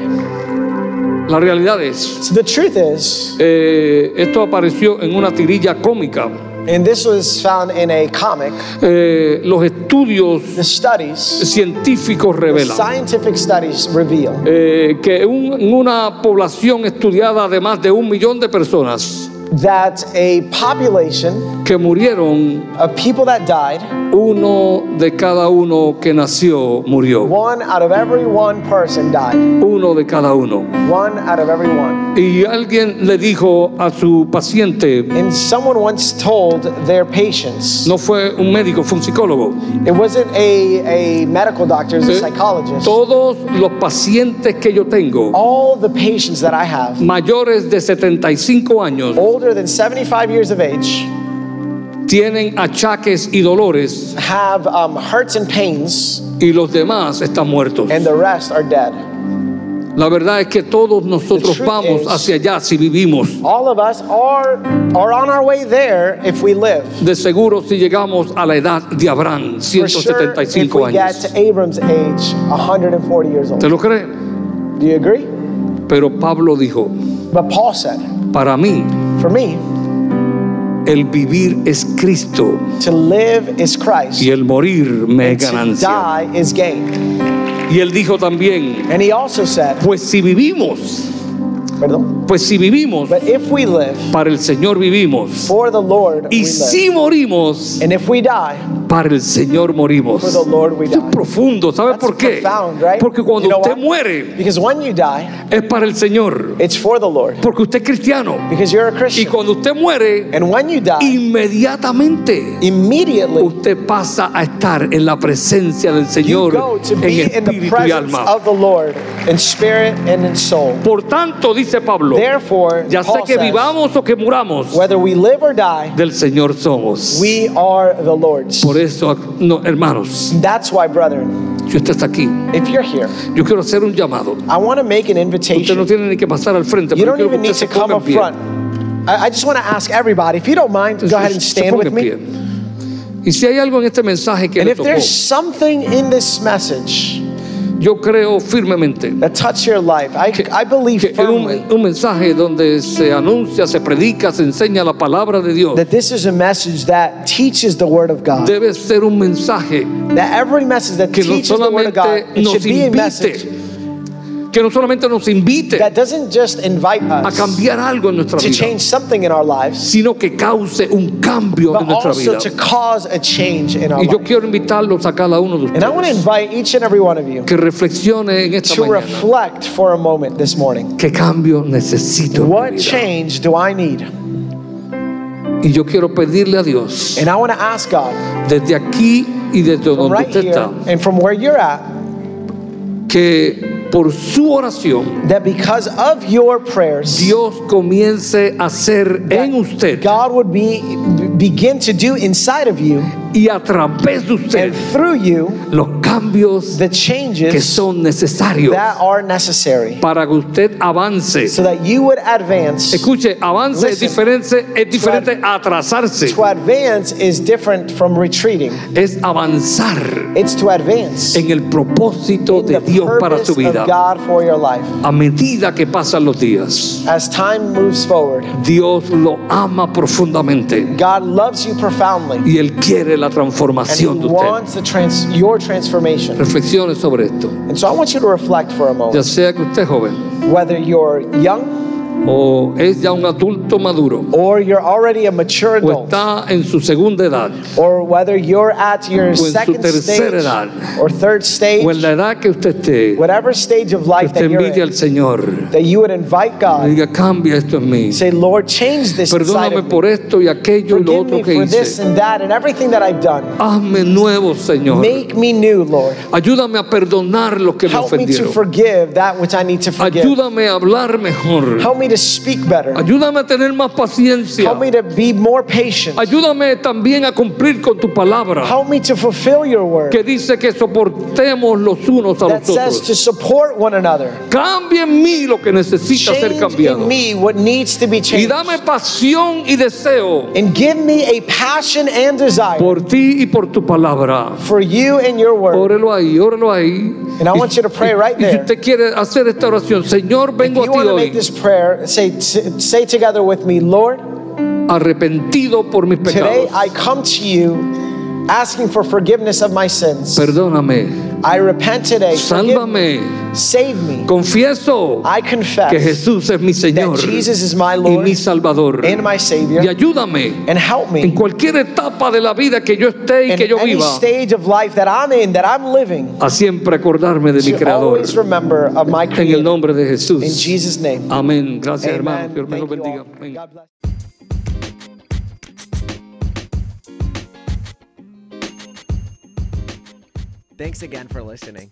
Speaker 1: La realidad es,
Speaker 2: So the truth is,
Speaker 1: eh, esto apareció en una tirilla cómica.
Speaker 2: and this was found in a comic,
Speaker 1: Eh, los estudios
Speaker 2: the studies,
Speaker 1: científicos
Speaker 2: the
Speaker 1: revelan
Speaker 2: scientific studies reveal
Speaker 1: eh, que un- en una población estudiada de más de un millón de personas
Speaker 2: that a population
Speaker 1: que murieron,
Speaker 2: of people that died,
Speaker 1: uno de cada uno que nació murió.
Speaker 2: one out of every one person died.
Speaker 1: uno de cada uno.
Speaker 2: One out of every one.
Speaker 1: Y alguien le dijo a su paciente,
Speaker 2: And someone once told their patients,
Speaker 1: no fue un médico, fue un psicólogo,
Speaker 2: it wasn't a, a medical doctor, it was a
Speaker 1: eh,
Speaker 2: psychologist.
Speaker 1: todos los pacientes que yo tengo,
Speaker 2: All the patients that I have,
Speaker 1: mayores de 75 años,
Speaker 2: older than 75 years of age,
Speaker 1: tienen achaques y dolores
Speaker 2: have um, hurts and pains,
Speaker 1: y los demás están muertos.
Speaker 2: and the rest are dead.
Speaker 1: La verdad es que todos nosotros
Speaker 2: truth
Speaker 1: vamos
Speaker 2: is-
Speaker 1: hacia allá si vivimos.
Speaker 2: All of us are, are on our way there if we live.
Speaker 1: De seguro si llegamos a la edad de Abraham,
Speaker 2: For sure, if
Speaker 1: 175
Speaker 2: we get
Speaker 1: años.
Speaker 2: to Abram's age, 140 years old.
Speaker 1: ¿Te lo crees?
Speaker 2: Do you agree?
Speaker 1: Pero Pablo dijo,
Speaker 2: But Paul said,
Speaker 1: para mí
Speaker 2: for me,
Speaker 1: el vivir es Cristo.
Speaker 2: to live is Christ,
Speaker 1: y el morir me es
Speaker 2: to
Speaker 1: ganancia.
Speaker 2: die is gain.
Speaker 1: Y él dijo también,
Speaker 2: And he also said,
Speaker 1: pues si vivimos,
Speaker 2: perdón.
Speaker 1: pues si vivimos,
Speaker 2: But if we live
Speaker 1: para el Señor vivimos.
Speaker 2: for the Lord, we
Speaker 1: Y
Speaker 2: live.
Speaker 1: si morimos,
Speaker 2: And if we die
Speaker 1: para el Señor morimos.
Speaker 2: for the
Speaker 1: Esto
Speaker 2: Lord, we
Speaker 1: es
Speaker 2: die.
Speaker 1: profundo, ¿sabes
Speaker 2: That's
Speaker 1: por qué?
Speaker 2: profound, right?
Speaker 1: Porque cuando
Speaker 2: You know
Speaker 1: usted
Speaker 2: why?
Speaker 1: muere,
Speaker 2: Because when you die,
Speaker 1: es para el Señor.
Speaker 2: it's for the Lord.
Speaker 1: Porque usted es cristiano.
Speaker 2: Because you're a
Speaker 1: Y
Speaker 2: Christian.
Speaker 1: cuando usted muere,
Speaker 2: And when you die,
Speaker 1: inmediatamente
Speaker 2: immediately
Speaker 1: usted pasa a estar en la presencia del
Speaker 2: you
Speaker 1: Señor
Speaker 2: go to
Speaker 1: en
Speaker 2: be in the
Speaker 1: espíritu y
Speaker 2: presence
Speaker 1: alma.
Speaker 2: of the Lord in spirit and in soul.
Speaker 1: Por tanto, dice Pablo,
Speaker 2: Therefore,
Speaker 1: ya sea
Speaker 2: Paul
Speaker 1: que
Speaker 2: says,
Speaker 1: vivamos o que muramos,
Speaker 2: whether we live or die,
Speaker 1: del Señor somos.
Speaker 2: we are the Lord's.
Speaker 1: Por eso, no, hermanos,
Speaker 2: That's why, brethren,
Speaker 1: si usted está aquí,
Speaker 2: if you're here,
Speaker 1: yo quiero hacer un llamado.
Speaker 2: I want to make
Speaker 1: Usted
Speaker 2: an
Speaker 1: no
Speaker 2: invitation.
Speaker 1: tiene ni que pasar al frente,
Speaker 2: You
Speaker 1: pero
Speaker 2: don't
Speaker 1: quiero que
Speaker 2: even
Speaker 1: usted
Speaker 2: need to
Speaker 1: se
Speaker 2: come
Speaker 1: ponga
Speaker 2: up
Speaker 1: en pie.
Speaker 2: front. I, I just want to ask everybody, if you don't mind, go ahead and
Speaker 1: Se
Speaker 2: stand
Speaker 1: ponga
Speaker 2: with
Speaker 1: en
Speaker 2: me.
Speaker 1: pie. Y si hay algo en este mensaje que
Speaker 2: And
Speaker 1: le
Speaker 2: if
Speaker 1: tocó,
Speaker 2: there's something in this message
Speaker 1: yo creo firmemente
Speaker 2: that touched your life, I, I believe
Speaker 1: que es un,
Speaker 2: firmly
Speaker 1: un mensaje donde se anuncia, se predica, se enseña la palabra de Dios.
Speaker 2: that this is a message that teaches the Word of God.
Speaker 1: Debe ser un mensaje
Speaker 2: That every message that
Speaker 1: que no
Speaker 2: teaches the Word of God
Speaker 1: solamente
Speaker 2: it should
Speaker 1: nos
Speaker 2: be a
Speaker 1: invite,
Speaker 2: message
Speaker 1: que no solamente nos invite
Speaker 2: that doesn't just invite
Speaker 1: a
Speaker 2: us
Speaker 1: cambiar algo en nuestra
Speaker 2: to
Speaker 1: vida,
Speaker 2: change something in our lives,
Speaker 1: sino que cause un cambio en
Speaker 2: but
Speaker 1: nuestra
Speaker 2: also
Speaker 1: vida.
Speaker 2: to cause a change in our
Speaker 1: Y yo
Speaker 2: life.
Speaker 1: quiero invitarlos a cada uno de
Speaker 2: And I want to
Speaker 1: ustedes
Speaker 2: invite each and every one of you
Speaker 1: que reflexione en esta
Speaker 2: to
Speaker 1: mañana.
Speaker 2: reflect for a moment this morning.
Speaker 1: ¿Qué cambio necesito? en mi
Speaker 2: What
Speaker 1: vida?
Speaker 2: change do I need?
Speaker 1: Y yo quiero pedirle a Dios,
Speaker 2: And I want to ask God
Speaker 1: desde aquí y desde donde
Speaker 2: right
Speaker 1: usted
Speaker 2: here
Speaker 1: está,
Speaker 2: and from where you're at
Speaker 1: que por su oración
Speaker 2: that because of your prayers,
Speaker 1: Dios comience a hacer en usted
Speaker 2: God would be begin to do inside of you
Speaker 1: y a través de usted
Speaker 2: and through you
Speaker 1: los cambios
Speaker 2: the
Speaker 1: que
Speaker 2: changes
Speaker 1: son necesarios
Speaker 2: that are necessary
Speaker 1: para que usted avance.
Speaker 2: so that you would advance.
Speaker 1: Escuche, avance es
Speaker 2: Listen.
Speaker 1: diferente, es diferente a atrasarse,
Speaker 2: To advance is different from retreating.
Speaker 1: es avanzar
Speaker 2: It's to advance
Speaker 1: en el propósito de
Speaker 2: the
Speaker 1: Dios para su
Speaker 2: purpose of
Speaker 1: vida.
Speaker 2: God for your life.
Speaker 1: A medida que pasan los días,
Speaker 2: As time moves forward,
Speaker 1: Dios lo ama profundamente
Speaker 2: God loves you profoundly
Speaker 1: y Él quiere la
Speaker 2: and He
Speaker 1: transformación de usted.
Speaker 2: wants the trans- your transformation.
Speaker 1: Reflexione sobre esto,
Speaker 2: And so I want you to reflect for a
Speaker 1: ya
Speaker 2: moment.
Speaker 1: sea que usted es joven
Speaker 2: Whether you're young
Speaker 1: o es ya un adulto maduro
Speaker 2: or you're already a mature
Speaker 1: o
Speaker 2: adult,
Speaker 1: está en su segunda edad
Speaker 2: or whether you're at your
Speaker 1: su
Speaker 2: second
Speaker 1: tercera
Speaker 2: stage
Speaker 1: edad.
Speaker 2: or third
Speaker 1: o en
Speaker 2: stage,
Speaker 1: la edad que usted esté, que
Speaker 2: whatever stage of life
Speaker 1: usted
Speaker 2: that you're
Speaker 1: envidia
Speaker 2: in,
Speaker 1: al Señor,
Speaker 2: that you would invite
Speaker 1: le
Speaker 2: God.
Speaker 1: diga, cambia esto en mí.
Speaker 2: Say, Lord, change this inside
Speaker 1: Perdóname
Speaker 2: of me.
Speaker 1: por esto y aquello y lo
Speaker 2: Forgive
Speaker 1: otro
Speaker 2: me
Speaker 1: que
Speaker 2: for
Speaker 1: hice.
Speaker 2: this and that and everything that I've done.
Speaker 1: Hazme nuevo, Señor.
Speaker 2: Make me new, Lord.
Speaker 1: Ayúdame a perdonar los que me
Speaker 2: Help me to
Speaker 1: ofendieron.
Speaker 2: forgive that which I need to forgive.
Speaker 1: Ayúdame a hablar mejor.
Speaker 2: Help me to speak better.
Speaker 1: Ayúdame a tener más paciencia.
Speaker 2: Help me to be more patient.
Speaker 1: Ayúdame también a cumplir con tu palabra
Speaker 2: Help me to fulfill your word
Speaker 1: que dice que soportemos los unos a
Speaker 2: that
Speaker 1: los
Speaker 2: says to
Speaker 1: otros.
Speaker 2: support one another.
Speaker 1: Cambia en mí lo que necesita ser
Speaker 2: Change in
Speaker 1: cambiado.
Speaker 2: me what needs to be
Speaker 1: Y
Speaker 2: changed.
Speaker 1: dame pasión y deseo
Speaker 2: And give me a passion and desire
Speaker 1: por ti y por tu palabra.
Speaker 2: for you and your word.
Speaker 1: Órelo ahí, órelo ahí.
Speaker 2: And I want you to pray right
Speaker 1: Y si
Speaker 2: there.
Speaker 1: usted quiere hacer esta oración, Señor,
Speaker 2: If
Speaker 1: vengo a
Speaker 2: you
Speaker 1: ti
Speaker 2: want to make
Speaker 1: hoy
Speaker 2: this prayer, say, say together with me, Lord,
Speaker 1: arrepentido por mis
Speaker 2: Today
Speaker 1: pecados.
Speaker 2: I come to you asking for forgiveness of my sins.
Speaker 1: Perdóname,
Speaker 2: I repent today. Forgive me.
Speaker 1: sálvame.
Speaker 2: Save me.
Speaker 1: Confieso
Speaker 2: I confess
Speaker 1: que Jesús es mi
Speaker 2: that
Speaker 1: Señor
Speaker 2: Jesus is my
Speaker 1: y
Speaker 2: Lord
Speaker 1: mi Salvador.
Speaker 2: and my Savior.
Speaker 1: Y ayúdame
Speaker 2: And help me
Speaker 1: en cualquier etapa de la vida que yo esté y
Speaker 2: in
Speaker 1: que yo
Speaker 2: any
Speaker 1: viva
Speaker 2: stage of life that I'm in, that I'm living,
Speaker 1: a siempre acordarme de mi
Speaker 2: to
Speaker 1: Creador.
Speaker 2: always remember of my
Speaker 1: En el
Speaker 2: Creator.
Speaker 1: nombre de
Speaker 2: In
Speaker 1: Jesús.
Speaker 2: Jesus' name.
Speaker 1: Amén. Gracias, hermano.
Speaker 2: Amen.
Speaker 1: Dios me lo
Speaker 2: Thank you
Speaker 1: bendiga.
Speaker 2: all.
Speaker 1: Amén.
Speaker 2: God bless.
Speaker 3: Thanks again for listening.